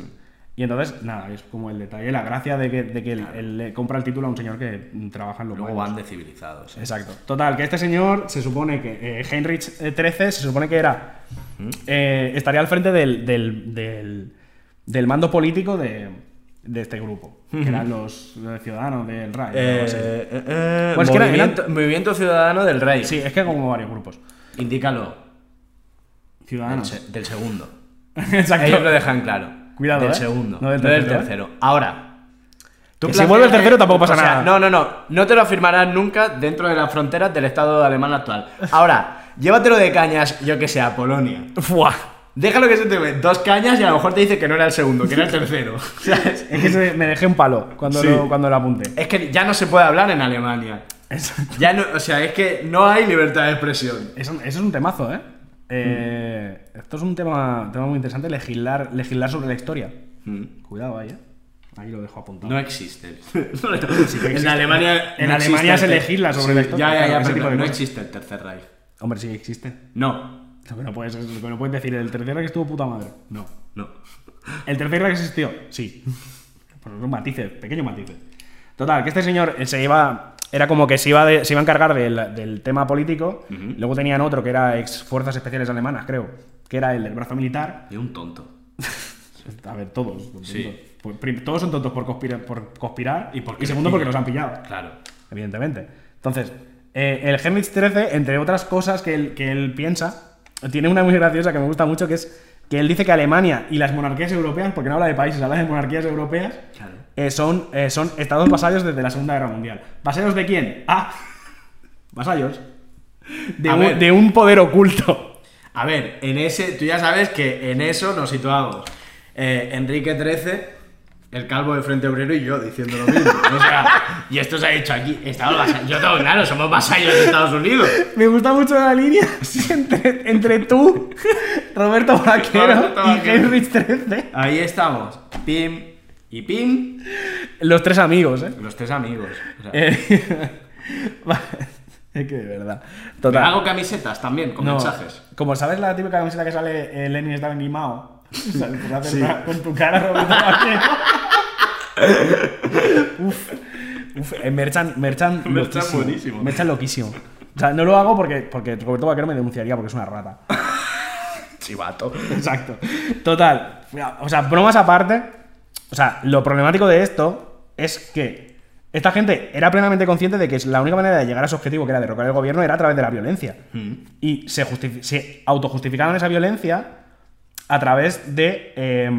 Speaker 4: Y entonces, nada, es como el detalle, la gracia de que, de que él, él le compra el título a un señor que mm, trabaja en los
Speaker 3: Luego
Speaker 4: baños.
Speaker 3: van de civilizados. ¿eh?
Speaker 4: Exacto. Total, que este señor se supone que eh, Heinrich eh, XIII se supone que era. eh, estaría al frente del, del, del- del mando político de, de este grupo, que eran los, eh, ciudadanos del Reich. o algo así. Pues que era-
Speaker 3: Eh, movimiento, Movimiento Ciudadano del Reich.
Speaker 4: Sí, es que como varios grupos.
Speaker 3: Indícalo. Del,
Speaker 4: Ciudadanos.
Speaker 3: se- del segundo.
Speaker 4: Exacto.
Speaker 3: Ellos lo dejan claro.
Speaker 4: Cuidado,
Speaker 3: Del
Speaker 4: ¿eh?
Speaker 3: segundo.
Speaker 4: No del tercero, ¿eh?
Speaker 3: tercero. Ahora. tú
Speaker 4: Que si vuelve el
Speaker 3: plantéate-
Speaker 4: tercero tampoco pasa
Speaker 3: o sea,
Speaker 4: nada.
Speaker 3: No, no, no. No te lo firmarás nunca dentro de las fronteras del Estado alemán actual. Ahora, llévatelo de cañas, yo que sé, a Polonia.
Speaker 4: ¡Fua!
Speaker 3: Déjalo que se te ve dos cañas y a lo mejor te dice que no era el segundo, que era el tercero. ¿Sabes?
Speaker 4: Es que se- me dejé un palo cuando,
Speaker 3: Sí.
Speaker 4: lo, cuando lo apunté.
Speaker 3: Es que ya no se puede hablar en Alemania.
Speaker 4: Exacto.
Speaker 3: Ya no, o sea, es que no hay libertad de expresión.
Speaker 4: Eso, eso es un temazo, ¿eh? Eh, Esto es un tema, tema muy interesante, legislar, legislar sobre la historia. Cuidado ahí, ¿eh? Ahí lo dejo apuntado.
Speaker 3: No existen. En Alemania,
Speaker 4: En
Speaker 3: no
Speaker 4: Alemania
Speaker 3: existe el
Speaker 4: se
Speaker 3: ter-
Speaker 4: legisla sobre la historia,
Speaker 3: Ya, ya,
Speaker 4: claro,
Speaker 3: ya,
Speaker 4: ese
Speaker 3: pero
Speaker 4: tipo de
Speaker 3: no
Speaker 4: cosas.
Speaker 3: existe el Tercer Reich.
Speaker 4: Hombre, sí que existe.
Speaker 3: No,
Speaker 4: Lo que no puedes, lo que no puedes decir, el tercer que estuvo puta madre. No.
Speaker 3: no.
Speaker 4: ¿El tercer que existió? Sí. Pues son matices, pequeños matices. Total, que este señor eh, se iba. Era como que se iba, de- se iba a encargar del, del tema político. Luego tenían otro que era ex fuerzas especiales alemanas, creo. Que era el del brazo militar.
Speaker 3: Es un tonto.
Speaker 4: A ver, todos. son
Speaker 3: Sí.
Speaker 4: tontos. Por- pues, prim- Todos son tontos por conspirar, por conspirar y,
Speaker 3: porque
Speaker 4: segundo
Speaker 3: les
Speaker 4: porque los
Speaker 3: pillan.
Speaker 4: han pillado,
Speaker 3: Claro.
Speaker 4: evidentemente. Entonces, eh, el Hemlich 13, entre otras cosas que él, que él piensa, tiene una muy graciosa que me gusta mucho, que es que él dice que Alemania y las monarquías europeas, porque no habla de países, habla de monarquías europeas,
Speaker 3: Claro.
Speaker 4: eh, son, eh, son estados vasallos desde la Segunda Guerra Mundial. ¿Vasallos de quién? Ah, vasallos. De,
Speaker 3: A
Speaker 4: un,
Speaker 3: ver.
Speaker 4: de un poder oculto.
Speaker 3: A ver, en ese, tú ya sabes que en eso nos situamos. Eh, Enrique XIII, el calvo de Frente Obrero y yo diciendo lo mismo. O sea, y esto se ha dicho aquí. Estados vasallos. Yo tengo claro, somos vasallos de Estados Unidos.
Speaker 4: Me gusta mucho la línea entre, entre tú, Roberto Vaquero
Speaker 3: Roberto
Speaker 4: y
Speaker 3: Vaquero.
Speaker 4: Henry XIII.
Speaker 3: Ahí estamos. Pim y pim.
Speaker 4: Los tres amigos, ¿eh?
Speaker 3: Los tres amigos. O sea,
Speaker 4: Eh, va- es que de verdad. Total.
Speaker 3: Hago camisetas también con
Speaker 4: No,
Speaker 3: mensajes.
Speaker 4: Como sabes la típica camiseta que sale eh, Lenin está animado. Con tu cara, Roberto Vaquero. uf, uf, eh, Merchan, Merchan,
Speaker 3: Merchan
Speaker 4: loquísimo.
Speaker 3: buenísimo.
Speaker 4: Merchan loquísimo. O sea, no lo hago porque, porque Roberto Vaquero me denunciaría porque es una rata.
Speaker 3: Chivato.
Speaker 4: Exacto. Total. O sea, bromas aparte. O sea, lo problemático de esto es que esta gente era plenamente consciente de que la única manera de llegar a su objetivo, que era derrocar el gobierno, era a través de la violencia. Y se, justifi- se autojustificaban esa violencia a través de eh,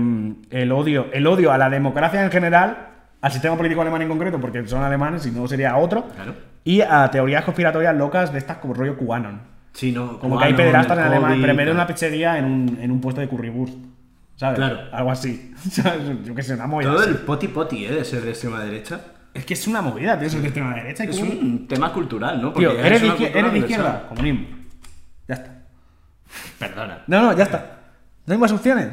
Speaker 4: el odio, el odio a la democracia en general, al sistema político alemán en concreto, porque son alemanes y no sería otro,
Speaker 3: Claro.
Speaker 4: y a teorías conspiratorias locas de estas como rollo cubanon.
Speaker 3: Sí, no,
Speaker 4: Como que hay
Speaker 3: ah, no,
Speaker 4: pederastas en
Speaker 3: el
Speaker 4: Alemania,
Speaker 3: COVID,
Speaker 4: pero en vez de
Speaker 3: tal.
Speaker 4: una pizzería en un, en un puesto de currywurst. ¿Sabes?
Speaker 3: Claro.
Speaker 4: Algo así. ¿Sabes? Yo que sé, una movida.
Speaker 3: Todo
Speaker 4: así.
Speaker 3: el poti poti, ¿eh? De ser de extrema derecha.
Speaker 4: Es que es una movida, tío, eso de extrema derecha. y
Speaker 3: Es
Speaker 4: como-
Speaker 3: un tema cultural, ¿no?
Speaker 4: Tío,
Speaker 3: ya es
Speaker 4: eres de,
Speaker 3: una
Speaker 4: izquier-
Speaker 3: cultura
Speaker 4: eres de
Speaker 3: universal.
Speaker 4: izquierda, comunismo. Ya está.
Speaker 3: Perdona.
Speaker 4: No, no, ya está. No hay más opciones.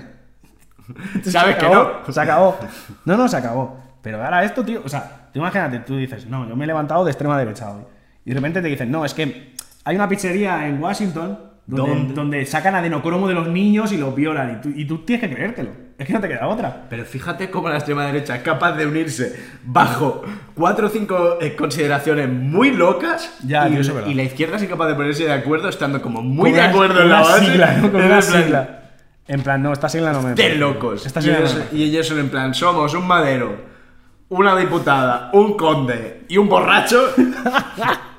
Speaker 3: ¿Sabes
Speaker 4: Se
Speaker 3: que
Speaker 4: acabó,
Speaker 3: no?
Speaker 4: Se acabó. No, no, se acabó. Pero ahora esto, tío, o sea, tú imagínate, tú dices, no, yo me he levantado de extrema derecha hoy. Y de repente te dicen, no, es que hay una pizzería en Washington donde,
Speaker 3: ¿Dónde?
Speaker 4: donde sacan adenocromo de los niños y los violan. Y tú, y tú tienes que creértelo. Es que no te queda otra.
Speaker 3: Pero fíjate cómo la extrema derecha es capaz de unirse bajo cuatro o cinco eh, consideraciones muy locas
Speaker 4: Ya,
Speaker 3: y,
Speaker 4: tío, eso es verdad.
Speaker 3: y la izquierda es incapaz de ponerse de acuerdo estando como muy de
Speaker 4: Con una-
Speaker 3: acuerdo
Speaker 4: con
Speaker 3: en la
Speaker 4: una
Speaker 3: base.
Speaker 4: sigla, ¿no? Con
Speaker 3: En
Speaker 4: una
Speaker 3: plan,
Speaker 4: sigla. En plan, no, esta sigla no me.
Speaker 3: De
Speaker 4: parece.
Speaker 3: locos.
Speaker 4: Esta
Speaker 3: y,
Speaker 4: sigla no me
Speaker 3: ellos,
Speaker 4: parece.
Speaker 3: y ellos son en plan, somos un madero, una diputada, un conde y un borracho.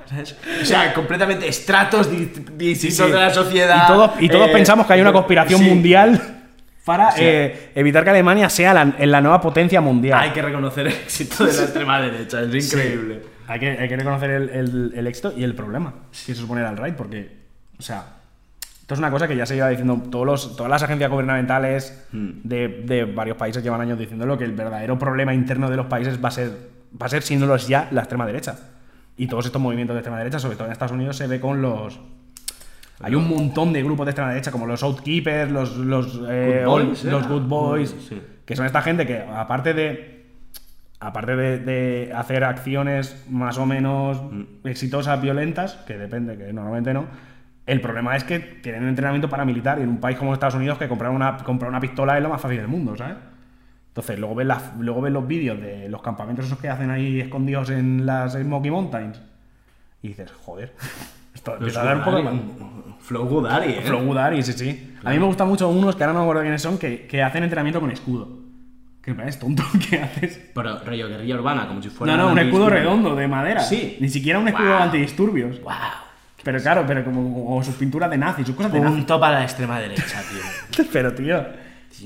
Speaker 3: ¿Sabes? o sea, completamente estratos di- distintos de la sociedad.
Speaker 4: Y todos, y todos
Speaker 3: eh,
Speaker 4: pensamos que hay una conspiración
Speaker 3: sí.
Speaker 4: mundial para eh, evitar que Alemania sea la, en la nueva potencia mundial.
Speaker 3: Hay que reconocer el éxito de la extrema derecha, es increíble.
Speaker 4: Hay que, hay que reconocer el, el- el éxito y el problema que se supone al RAID, porque, o sea, esto es una cosa que ya se lleva diciendo todos los, todas las agencias gubernamentales de, de varios países llevan años diciéndolo, que el verdadero problema interno de los países va a ser, va a ser siéndolos ya la extrema derecha. Y todos estos movimientos de extrema derecha, sobre todo en Estados Unidos, se ve con los... Hay un montón de grupos de extrema derecha, como los Outkeepers, los, los, eh,
Speaker 3: Good Boys,
Speaker 4: los
Speaker 3: ¿eh?
Speaker 4: Good Boys,
Speaker 3: Sí.
Speaker 4: que son esta gente que, aparte de aparte de, de hacer acciones más o menos
Speaker 3: Mm.
Speaker 4: exitosas, violentas, que depende, que normalmente no, el problema es que tienen entrenamiento paramilitar y en un país como Estados Unidos que comprar una, comprar una pistola es lo más fácil del mundo, ¿sabes? Entonces, luego ves, las, luego ves los vídeos de los campamentos esos que hacen ahí escondidos en las Smoky Mountains y dices, joder, esto empieza a dar un poco de mal.
Speaker 3: Flow Gudari, eh.
Speaker 4: Flow Gudari, sí, sí. A mí me gustan mucho unos que ahora no me acuerdo quiénes son, que, que hacen entrenamiento con escudo. Que me parece tonto que haces
Speaker 3: Pero rollo guerrilla urbana, como si fuera.
Speaker 4: Pues no, no, un escudo
Speaker 3: antidisturbio.
Speaker 4: redondo de madera.
Speaker 3: Sí.
Speaker 4: Ni siquiera un escudo
Speaker 3: Guau.
Speaker 4: antidisturbios. Pero claro, pero como, como sus pinturas de nazis, sus cosas de nazis.
Speaker 3: Punto para la extrema derecha, tío.
Speaker 4: Pero tío,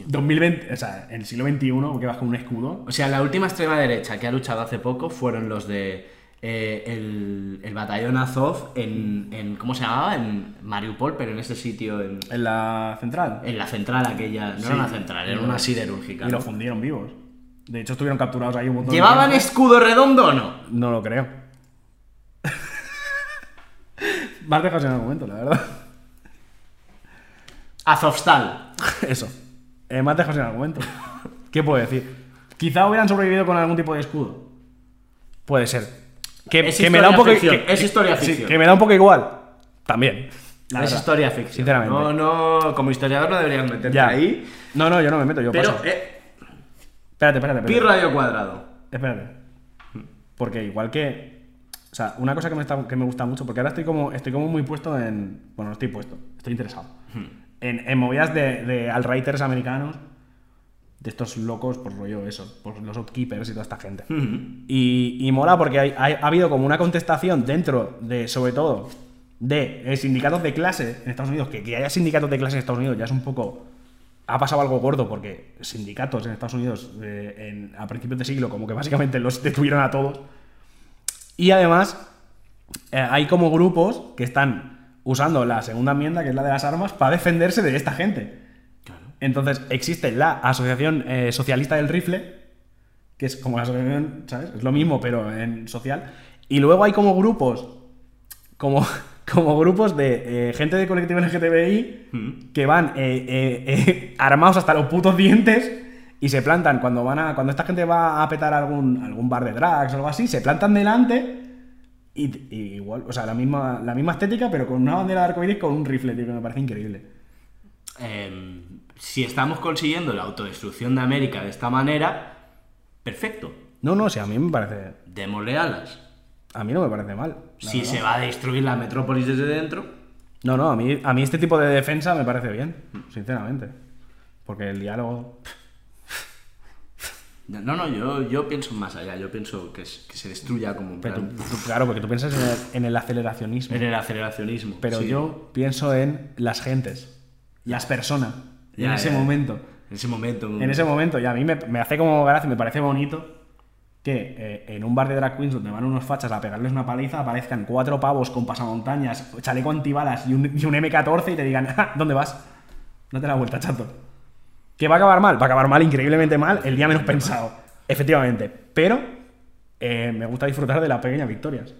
Speaker 4: 2020, o sea, en el siglo XXI, que vas con un escudo.
Speaker 3: O sea, la última extrema derecha que ha luchado hace poco fueron los de eh, el, el batallón Azov en, en- ¿Cómo se llamaba? En Mariupol, pero en ese sitio, en,
Speaker 4: En la central.
Speaker 3: en la central aquella. No
Speaker 4: Sí.
Speaker 3: era una central, era una siderúrgica.
Speaker 4: Y
Speaker 3: ¿no?
Speaker 4: los fundieron vivos. De hecho, estuvieron capturados ahí un montón de
Speaker 3: ¿Llevaban
Speaker 4: tiempo.
Speaker 3: escudo redondo o no?
Speaker 4: No lo creo. Más dejado sin argumento, la verdad.
Speaker 3: Azovstal.
Speaker 4: Eso. Eh, me has dejado sin argumento. ¿Qué puedo decir? Quizá hubieran sobrevivido con algún tipo de escudo. Puede ser. Que,
Speaker 3: Es
Speaker 4: que me da un
Speaker 3: historia
Speaker 4: poco
Speaker 3: ficción,
Speaker 4: que-
Speaker 3: es historia
Speaker 4: sí,
Speaker 3: ficción.
Speaker 4: que me da un poco igual. También. la
Speaker 3: es
Speaker 4: verdad.
Speaker 3: historia ficción.
Speaker 4: Sinceramente.
Speaker 3: No, no, como historiador no deberías meterte
Speaker 4: Ya.
Speaker 3: ahí.
Speaker 4: No, no, yo no me meto, yo
Speaker 3: Pero,
Speaker 4: paso.
Speaker 3: eh,
Speaker 4: espérate, espérate,
Speaker 3: pi
Speaker 4: espérate.
Speaker 3: radio cuadrado.
Speaker 4: Espérate. Porque igual que o sea, una cosa que me, está- que me gusta mucho, porque ahora estoy como, estoy como muy puesto en. Bueno, no estoy puesto, estoy interesado.
Speaker 3: Hmm.
Speaker 4: En, en movidas de, de alt-righters americanos, de estos locos, por rollo eso, por los outkeepers y toda esta gente. y, y mola porque hay- hay- ha habido como una contestación dentro de, sobre todo, de eh, sindicatos de clase en Estados Unidos, que, que haya sindicatos de clase en Estados Unidos ya es un poco. Ha pasado algo gordo porque sindicatos en Estados Unidos eh, en- a principios de siglo como que básicamente los detuvieron a todos. Y además, eh, hay como grupos que están usando la segunda enmienda, que es la de las armas, para defenderse de esta gente. Entonces, existe la Asociación eh, Socialista del Rifle, que es como la asociación, ¿sabes? Es lo mismo, pero en social. Y luego hay como grupos, como, como grupos de eh, gente de colectivo LGTBI que van eh, eh, eh, armados hasta los putos dientes y se plantan cuando van a, cuando esta gente va a petar algún, algún bar de drags o algo así, se plantan delante y, y igual, o sea, la misma, la misma estética, pero con una bandera de arcoiris con un rifle, tío, que me parece increíble.
Speaker 3: Eh, si estamos consiguiendo la autodestrucción de América de esta manera, perfecto.
Speaker 4: No, no, o sea, a mí me parece,
Speaker 3: Démosle alas.
Speaker 4: a mí no me parece mal. la
Speaker 3: si
Speaker 4: verdad.
Speaker 3: se va a destruir la metrópolis desde dentro.
Speaker 4: No, no, a mí, a mí este tipo de defensa me parece bien, sinceramente. Porque el diálogo.
Speaker 3: No, no, yo, yo pienso más allá. Yo pienso que, es- que se destruya como en
Speaker 4: Pero tú-
Speaker 3: plan-
Speaker 4: tú- claro, porque tú piensas en el, en el aceleracionismo.
Speaker 3: en el aceleracionismo.
Speaker 4: Pero
Speaker 3: sí.
Speaker 4: yo pienso en las gentes, las personas. en
Speaker 3: Ya,
Speaker 4: ese
Speaker 3: ya.
Speaker 4: momento.
Speaker 3: En ese momento.
Speaker 4: En ese momento, y a mí me, me hace como gracia, me parece bonito que eh, en un bar de drag queens donde van unos fachas a pegarles una paliza aparezcan cuatro pavos con pasamontañas, chaleco antibalas y un, y un M14 y te digan, "Ja, ¿dónde vas? No te la vuelta, chato. Que va a acabar mal, va a acabar mal, increíblemente mal, el día menos pensado. Efectivamente. Pero eh, me gusta disfrutar de las pequeñas victorias.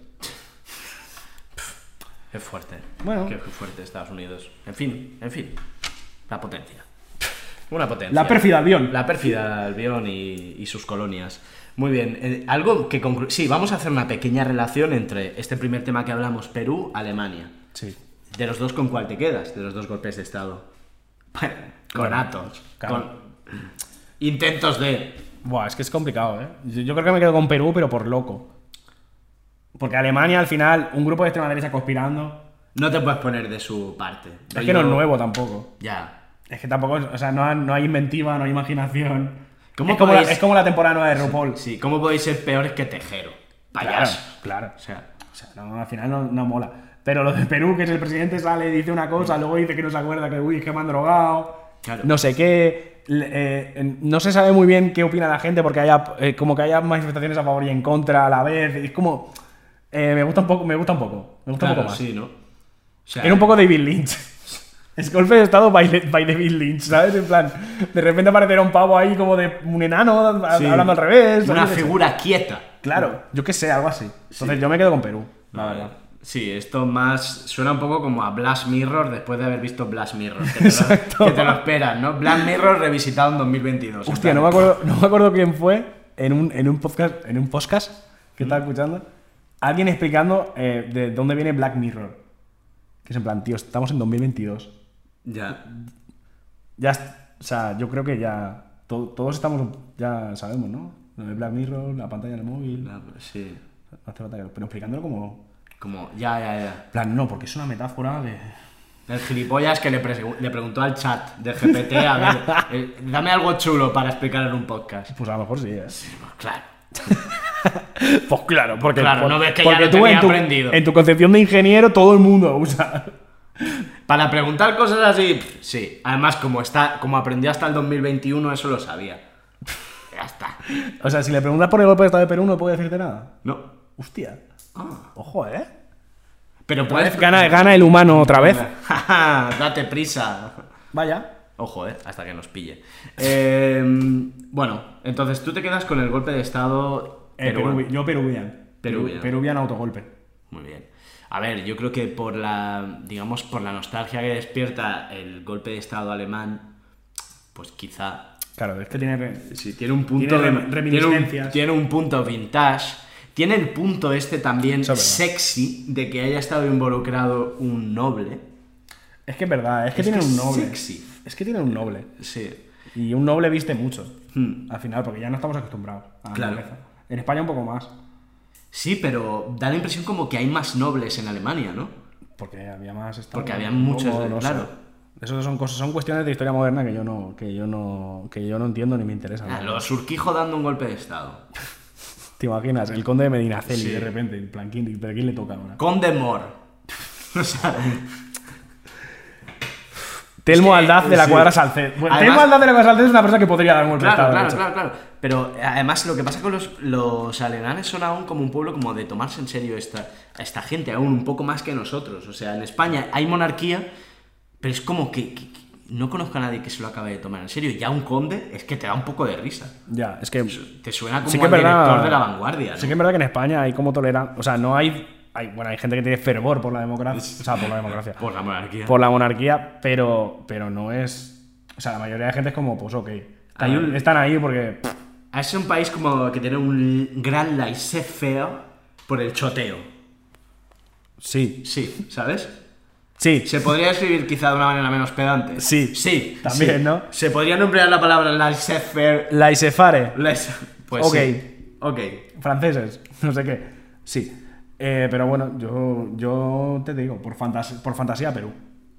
Speaker 3: Es fuerte.
Speaker 4: Bueno.
Speaker 3: Qué fuerte Estados Unidos. En fin, en fin. La potencia. Una potencia.
Speaker 4: La pérfida Albión.
Speaker 3: La pérfida Albión y, y sus colonias. Muy bien. eh, algo que conclu- Sí, vamos a hacer una pequeña relación entre este primer tema que hablamos, Perú, Alemania.
Speaker 4: Sí.
Speaker 3: De los dos, ¿con cuál te quedas? De los dos golpes de Estado. con atos.
Speaker 4: claro.
Speaker 3: Con intentos de...
Speaker 4: Buah, es que es complicado, ¿eh? Yo, yo creo que me quedo con Perú, pero por loco. Porque Alemania, al final, un grupo de extrema derecha conspirando.
Speaker 3: No te puedes poner de su parte.
Speaker 4: Es que no es
Speaker 3: Rollo-
Speaker 4: nuevo tampoco.
Speaker 3: Ya.
Speaker 4: Es que tampoco, o sea, no, ha- no hay inventiva, no hay imaginación.
Speaker 3: ¿Cómo
Speaker 4: es, como la,
Speaker 3: podéis-
Speaker 4: es como la temporada nueva de RuPaul.
Speaker 3: Sí, ¿cómo podéis ser peores que Tejero?
Speaker 4: claro,
Speaker 3: Payaso.
Speaker 4: claro.
Speaker 3: O sea,
Speaker 4: O sea, no, al final no, no mola. Pero lo de Perú, que es el presidente, sale, dice una cosa, luego dice que no se acuerda, que uy, es que me han drogado.
Speaker 3: Claro.
Speaker 4: No sé qué. le- eh, no se sabe muy bien qué opina la gente porque haya eh, como que haya manifestaciones a favor y en contra a la vez. y Es como. eh, me gusta un poco, me gusta un poco. Me gusta un poco
Speaker 3: claro,
Speaker 4: más.
Speaker 3: sí, ¿no? O sea,
Speaker 4: Era un poco David Lynch. Es golpe de estado by, by David Lynch, ¿sabes? En plan, de repente aparecerá un pavo ahí como de un enano a-
Speaker 3: sí.
Speaker 4: hablando al revés.
Speaker 3: Una
Speaker 4: yo qué sé.
Speaker 3: figura quieta.
Speaker 4: Claro, yo qué sé, algo así. Entonces yo me quedo con Perú, la
Speaker 3: Vale.
Speaker 4: verdad.
Speaker 3: Sí, esto más suena un poco como a Blast Mirror después de haber visto Blast Mirror. Que te, lo-
Speaker 4: Exacto.
Speaker 3: que te lo esperas, ¿no? Blast Mirror revisitado en 2022.
Speaker 4: Hostia, no me acuerdo, no me acuerdo quién fue en un, en un podcast, en un podcast que estaba escuchando. Alguien explicando eh, de dónde viene Black Mirror. Que es en plan, tío, estamos en 2022.
Speaker 3: Ya.
Speaker 4: Ya, est- o sea, yo creo que ya to- todos estamos, ya sabemos, ¿no? Lo de Black Mirror, la pantalla del móvil.
Speaker 3: No, pues sí.
Speaker 4: No hace falta que- Pero explicándolo como.
Speaker 3: Como, ya, ya, ya.
Speaker 4: en plan, no, porque es una metáfora de.
Speaker 3: El gilipollas que le, prese- le preguntó al chat de GPT, a ver, eh, dame algo chulo para explicar en un podcast.
Speaker 4: Pues a lo mejor sí, ¿eh?
Speaker 3: Pues claro.
Speaker 4: Pues claro, porque.
Speaker 3: Claro,
Speaker 4: por-
Speaker 3: no ves que ya lo tenía
Speaker 4: en tu,
Speaker 3: aprendido.
Speaker 4: en tu concepción de ingeniero todo el mundo usa.
Speaker 3: Para preguntar cosas así, pff, sí. Además, como, está, como aprendió hasta el 2021, eso lo sabía. Ya está.
Speaker 4: O sea, si le preguntas por el golpe de Estado de Perú, no puede decirte nada.
Speaker 3: No.
Speaker 4: Hostia.
Speaker 3: Ah.
Speaker 4: Ojo, ¿eh?
Speaker 3: Pero puedes
Speaker 4: Gana, gana el humano otra vez.
Speaker 3: Date prisa.
Speaker 4: Vaya.
Speaker 3: Ojo, eh, hasta que nos pille. Eh, bueno, entonces tú te quedas con el golpe de estado
Speaker 4: Eh,
Speaker 3: peruano.
Speaker 4: peruvi- yo peruvian.
Speaker 3: Peruvian.
Speaker 4: Peruvian autogolpe.
Speaker 3: Muy bien. A ver, yo creo que por la, digamos, por la nostalgia que despierta el golpe de estado alemán, pues quizá
Speaker 4: Claro, es que tiene.
Speaker 3: sí, tiene un punto
Speaker 4: Tiene
Speaker 3: de-
Speaker 4: rem-
Speaker 3: tiene un-
Speaker 4: reminiscencias.
Speaker 3: tiene un punto vintage. Tiene el punto este también
Speaker 4: Eso es verdad.
Speaker 3: sexy de que haya estado involucrado un noble.
Speaker 4: Es que es verdad, es que
Speaker 3: Es
Speaker 4: tiene
Speaker 3: que
Speaker 4: un
Speaker 3: es
Speaker 4: noble.
Speaker 3: sexy.
Speaker 4: Es que tiene un noble.
Speaker 3: Sí.
Speaker 4: Y un noble viste mucho.
Speaker 3: Hmm.
Speaker 4: Al final, porque ya no estamos acostumbrados a la
Speaker 3: Claro.
Speaker 4: nobleza. En España un poco más.
Speaker 3: Sí, pero da la impresión como que hay más nobles en Alemania, ¿no?
Speaker 4: Porque había más estados,
Speaker 3: Porque había
Speaker 4: ¿no?
Speaker 3: muchos,
Speaker 4: No, no sé.
Speaker 3: claro.
Speaker 4: Eso son cosas, son cuestiones de historia moderna que yo no, que yo no, que yo no entiendo ni me interesan.
Speaker 3: Ah, Los Urquijo dando un golpe de estado.
Speaker 4: Te imaginas, el conde de Medinaceli
Speaker 3: Sí.
Speaker 4: de repente, en plan, ¿quién, pero quién le toca ahora?
Speaker 3: Conde Mor. O sea,
Speaker 4: Telmo
Speaker 3: Sí,
Speaker 4: Aldaz de la
Speaker 3: sí.
Speaker 4: Cuadra Salced. Bueno,
Speaker 3: Además-
Speaker 4: Telmo Aldaz de la Cuadra Salced es una persona que podría dar un golpe de
Speaker 3: claro,
Speaker 4: estado,
Speaker 3: claro,
Speaker 4: de hecho.
Speaker 3: claro, claro. Pero eh, además lo que pasa con los, los alemanes son aún como un pueblo como de tomarse en serio esta, a esta gente, aún un poco más que nosotros. O sea, en España hay monarquía, pero es como que, que- que no conozco a nadie que se lo acabe de tomar en serio. Ya un conde es que te da un poco de risa.
Speaker 4: Ya, es que.
Speaker 3: Te suena como
Speaker 4: Sí que es
Speaker 3: al
Speaker 4: verdad.
Speaker 3: director de la vanguardia. ¿no?
Speaker 4: Sí que es verdad que en España hay como tolerancia. O sea, no hay, hay. Bueno, hay gente que tiene fervor por la democracia. O sea, por la democracia.
Speaker 3: Por Pues la monarquía.
Speaker 4: por la monarquía, pero, pero no es. O sea, la mayoría de gente es como, pues ok. Están,
Speaker 3: Hay un-
Speaker 4: están ahí porque.
Speaker 3: Es un país como que tiene un gran laissez-faire por el choteo.
Speaker 4: Sí.
Speaker 3: Sí, ¿sabes?
Speaker 4: Sí.
Speaker 3: Se podría escribir quizá de una manera menos pedante.
Speaker 4: Sí.
Speaker 3: Sí.
Speaker 4: También,
Speaker 3: sí.
Speaker 4: ¿no?
Speaker 3: Se podría nombrar la palabra laissez-faire.
Speaker 4: La Isefare.
Speaker 3: lais- Pues
Speaker 4: Ok.
Speaker 3: sí. Ok.
Speaker 4: Franceses. No sé qué. Sí. Eh, pero bueno, yo, yo te digo, por, fantas- por fantasía Perú.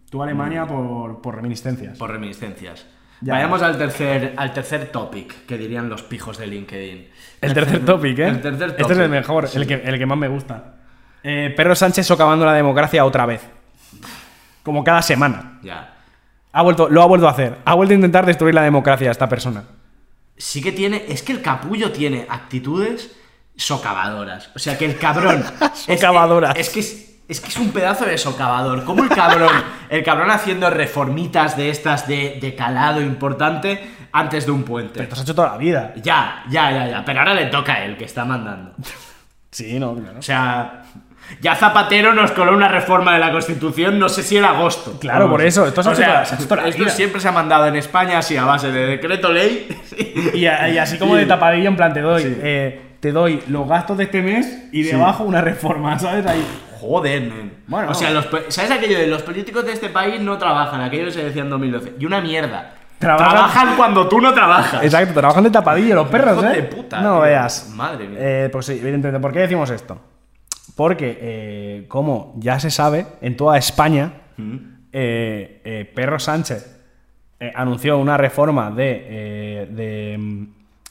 Speaker 4: Tú Alemania por, por reminiscencias.
Speaker 3: Mm. Por reminiscencias.
Speaker 4: Ya.
Speaker 3: Vayamos al tercer, al tercer topic que dirían los pijos de LinkedIn.
Speaker 4: El tercer topic, ¿eh?
Speaker 3: El tercer topic.
Speaker 4: Este es el mejor, el, que, el que más me gusta. Eh, Pedro Sánchez socavando la democracia otra vez. Como cada semana.
Speaker 3: Ya.
Speaker 4: Ha vuelto, lo ha vuelto a hacer. Ha vuelto a intentar destruir la democracia esta persona.
Speaker 3: sí que tiene. Es que el capullo tiene actitudes socavadoras. O sea que el cabrón. es que-
Speaker 4: Socavadoras.
Speaker 3: Es, que es. Es que es un pedazo de socavador. Como el cabrón. El cabrón haciendo reformitas de estas de, de calado importante antes de un puente.
Speaker 4: Pero te has hecho toda la vida.
Speaker 3: Ya, ya, ya, ya. Pero ahora le toca a él que está mandando.
Speaker 4: Sí, no, claro.
Speaker 3: O sea. Ya Zapatero nos coló una reforma de la Constitución, no sé si era agosto.
Speaker 4: Claro,
Speaker 3: Vamos.
Speaker 4: por eso, esto se ha
Speaker 3: O
Speaker 4: hecho
Speaker 3: sea,
Speaker 4: toda- se ha hecho toda la
Speaker 3: esto
Speaker 4: vida.
Speaker 3: siempre se ha mandado en España así a base de decreto ley.
Speaker 4: Y, a- y así como de tapadillo, en plan, te doy, eh, te doy los gastos de este mes y debajo una reforma, ¿sabes? Ahí.
Speaker 3: Joder, nen.
Speaker 4: Bueno.
Speaker 3: o sea, los pe- ¿sabes aquello de los políticos de este país no trabajan? Aquello que se decía en 2012. Y una mierda.
Speaker 4: Trabajan-
Speaker 3: Trabajan, cuando tú no trabajas.
Speaker 4: Exacto, trabajan de tapadillo los perros,
Speaker 3: Hijos
Speaker 4: ¿eh?
Speaker 3: de puta,
Speaker 4: no
Speaker 3: tío.
Speaker 4: veas.
Speaker 3: Madre mía.
Speaker 4: Eh, pues sí, evidentemente. ¿Por qué decimos esto? Porque, eh, como ya se sabe, en toda España,
Speaker 3: Mm.
Speaker 4: eh, eh, Perro Sánchez eh, anunció una reforma de, eh, de, mm,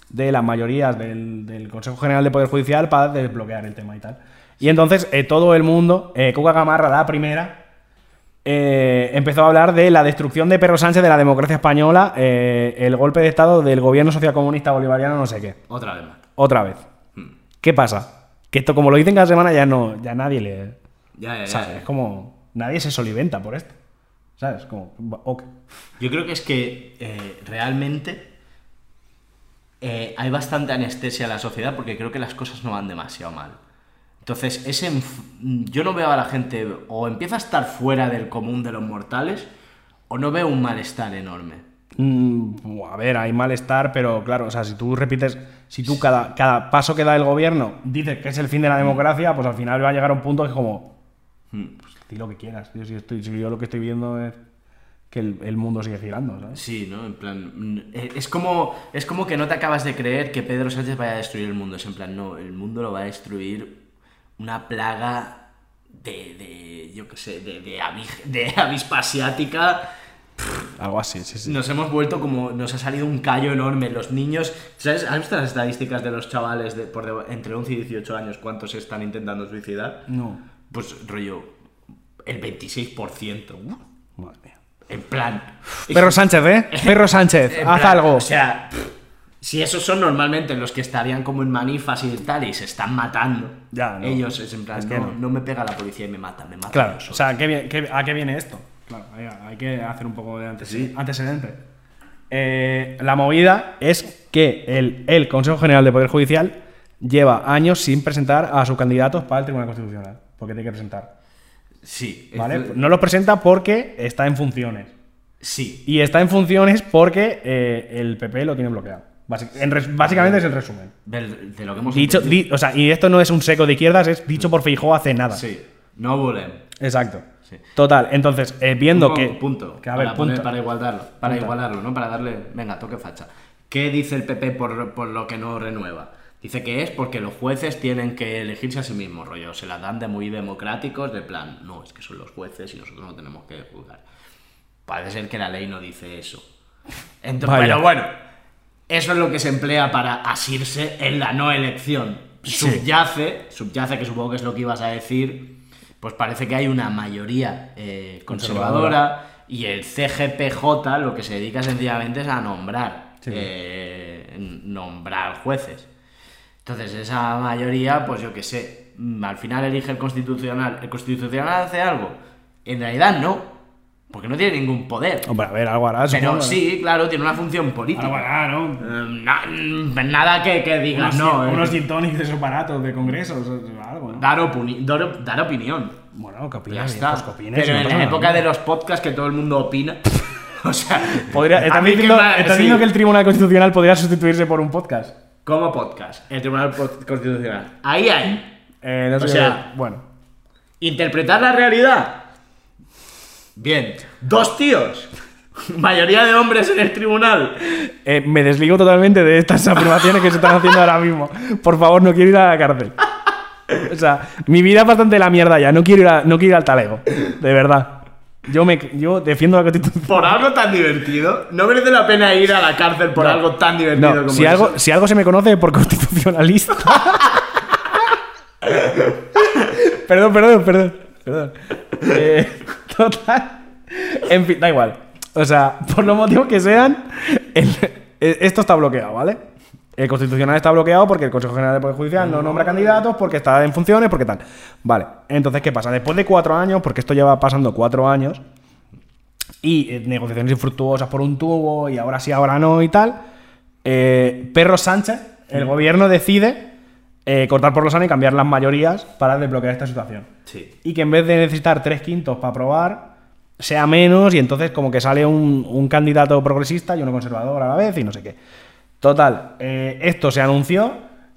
Speaker 4: de las mayorías del, del Consejo General de Poder Judicial para desbloquear el tema y tal. Y entonces eh, todo el mundo, eh, Cuca Gamarra, la primera, eh, empezó a hablar de la destrucción de Perro Sánchez de la democracia española, eh, el golpe de Estado del gobierno socialcomunista bolivariano, no sé qué.
Speaker 3: Otra vez más.
Speaker 4: Otra vez. ¿Qué pasa? Que esto, como lo dicen cada semana, ya no, ya nadie le.
Speaker 3: Ya, ya, ya,
Speaker 4: ¿sabes?
Speaker 3: ya.
Speaker 4: Es como. Nadie se soliventa por esto. ¿Sabes? Como. va- ok.
Speaker 3: Yo creo que es que eh, realmente eh, hay bastante anestesia en la sociedad porque creo que las cosas no van demasiado mal. Entonces, ese enf- yo no veo a la gente o empieza a estar fuera del común de los mortales o no veo un malestar enorme.
Speaker 4: Mm, a ver, hay malestar, pero claro, o sea, si tú repites. Si tú cada, cada paso que da el gobierno dices que es el fin de la democracia, pues al final va a llegar a un punto que es como. Pues di lo que quieras. Yo, si estoy, si yo lo que estoy viendo es que el, el mundo sigue girando, ¿sabes?
Speaker 3: Sí, ¿no? En plan. mm, eh, Es como, es como que no te acabas de creer que Pedro Sánchez vaya a destruir el mundo. Es en plan, no, el mundo lo va a destruir una plaga de. de yo qué sé, de, de, avi- de avispa asiática.
Speaker 4: Algo así, sí, sí.
Speaker 3: Nos hemos vuelto como. Nos ha salido un callo enorme. Los niños. ¿Sabes? ¿Has visto las estadísticas de los chavales de, por deba- entre 11 y 18 años cuántos se están intentando suicidar?
Speaker 4: No.
Speaker 3: Pues rollo. El 26%.
Speaker 4: Madre mía.
Speaker 3: En plan.
Speaker 4: Perro Sánchez, ¿eh? Perro Sánchez,
Speaker 3: En
Speaker 4: haz
Speaker 3: plan,
Speaker 4: algo.
Speaker 3: O sea, pff, si esos son normalmente los que estarían como en manifas y tal y se están matando.
Speaker 4: Ya, no.
Speaker 3: Ellos es en plan,
Speaker 4: que
Speaker 3: no,
Speaker 4: no.
Speaker 3: no me pega la policía y me mata, me mata.
Speaker 4: Claro, o sea, ¿qué vie- qué- ¿a qué viene esto? Claro, hay, hay que hacer un poco de antes- antecedente. Eh, la movida es que el, el Consejo General de Poder Judicial lleva años sin presentar a sus candidatos para el Tribunal Constitucional, porque tiene que presentar.
Speaker 3: sí, es-
Speaker 4: ¿vale? pues No los presenta porque está en funciones.
Speaker 3: sí.
Speaker 4: Y está en funciones porque eh, el PP lo tiene bloqueado. Basi- en res- básicamente es el resumen.
Speaker 3: Del- De, lo que hemos
Speaker 4: Dicho,
Speaker 3: entendido.
Speaker 4: di- o sea, y esto no es un seco de izquierdas, es dicho por Feijóo hace nada.
Speaker 3: Sí, no volen.
Speaker 4: Exacto.
Speaker 3: Sí.
Speaker 4: Total, entonces, eh, viendo que.
Speaker 3: punto.
Speaker 4: que, a ver,
Speaker 3: para, poner-
Speaker 4: punto.
Speaker 3: para igualarlo, para
Speaker 4: Punto.
Speaker 3: igualarlo, ¿no? Para darle, venga, toque facha. ¿Qué dice el PP por, por lo que no renueva? Dice que es porque los jueces tienen que elegirse a sí mismos, rollo, se las dan de muy democráticos, de plan, no, es que son los jueces y nosotros no tenemos que juzgar. Parece ser que la ley no dice eso. Ento-
Speaker 4: Vaya.
Speaker 3: pero bueno, eso es lo que se emplea para asirse en la no elección. Subyace, subyace que supongo que es lo que ibas a decir, pues parece que hay una mayoría eh, conservadora y el CGPJ lo que se dedica sencillamente es a nombrar, eh, nombrar jueces. Entonces esa mayoría, pues yo qué sé, mm, al final elige el constitucional. ¿El constitucional hace algo? En realidad no, porque no tiene ningún poder.
Speaker 4: Hombre, a ver, algo hará.
Speaker 3: Pero
Speaker 4: supongo, Ah,
Speaker 3: sí, claro, tiene una función
Speaker 4: ¿no?
Speaker 3: política.
Speaker 4: Algo hará, ¿no?
Speaker 3: Mm, na- mm, nada que, que digas, no. eh.
Speaker 4: Unos gin tonics de esos baratos de congresos, o algo, ¿no?
Speaker 3: Dar, opini- dar op- dar opinión.
Speaker 4: Bueno, que
Speaker 3: Ya
Speaker 4: opinas,
Speaker 3: está.
Speaker 4: pues que opines,
Speaker 3: Pero
Speaker 4: no
Speaker 3: en
Speaker 4: pasa
Speaker 3: la
Speaker 4: nada.
Speaker 3: época de los podcasts que todo el mundo opina. o sea.
Speaker 4: Podría,
Speaker 3: a
Speaker 4: ¿Estás
Speaker 3: mí que
Speaker 4: diciendo,
Speaker 3: va-
Speaker 4: estás
Speaker 3: sí,
Speaker 4: diciendo que el Tribunal Constitucional podría sustituirse por un podcast?
Speaker 3: Como podcast, el Tribunal Pod- Constitucional. Ahí hay.
Speaker 4: Eh, no
Speaker 3: O
Speaker 4: sé,
Speaker 3: sea-
Speaker 4: bueno.
Speaker 3: Interpretar la realidad. Bien. Dos tíos. Mayoría de hombres en el tribunal.
Speaker 4: Eh, me desligo totalmente de estas afirmaciones que se están haciendo ahora mismo. Por favor, no quiero ir a la cárcel. O sea, mi vida es bastante la mierda ya. No quiero ir, a- no quiero ir al talego. De verdad. Yo, me, yo defiendo la constitución.
Speaker 3: Por algo tan divertido. No merece la pena ir a la cárcel por algo tan divertido
Speaker 4: No,
Speaker 3: como
Speaker 4: si
Speaker 3: eso.
Speaker 4: algo, si algo se me conoce es por constitucionalista. perdón, perdón, perdón. perdón. Eh, total. En fin, da igual. O sea, por los motivos que sean, el- eh, esto está bloqueado, ¿vale? El constitucional está bloqueado porque el Consejo General del Poder Judicial no nombra candidatos, porque está en funciones, porque tal. Vale, entonces, ¿qué pasa? Después de cuatro años, porque esto lleva pasando cuatro años, y eh, negociaciones infructuosas por un tubo, y ahora sí, ahora no, y tal, eh, Perro Sánchez, el gobierno decide eh, cortar por lo sano y cambiar las mayorías para desbloquear esta situación
Speaker 3: Sí.
Speaker 4: y que en vez de necesitar tres quintos para aprobar, sea menos y entonces como que sale un, un candidato progresista y uno conservador a la vez y no sé qué. Total, eh, esto se anunció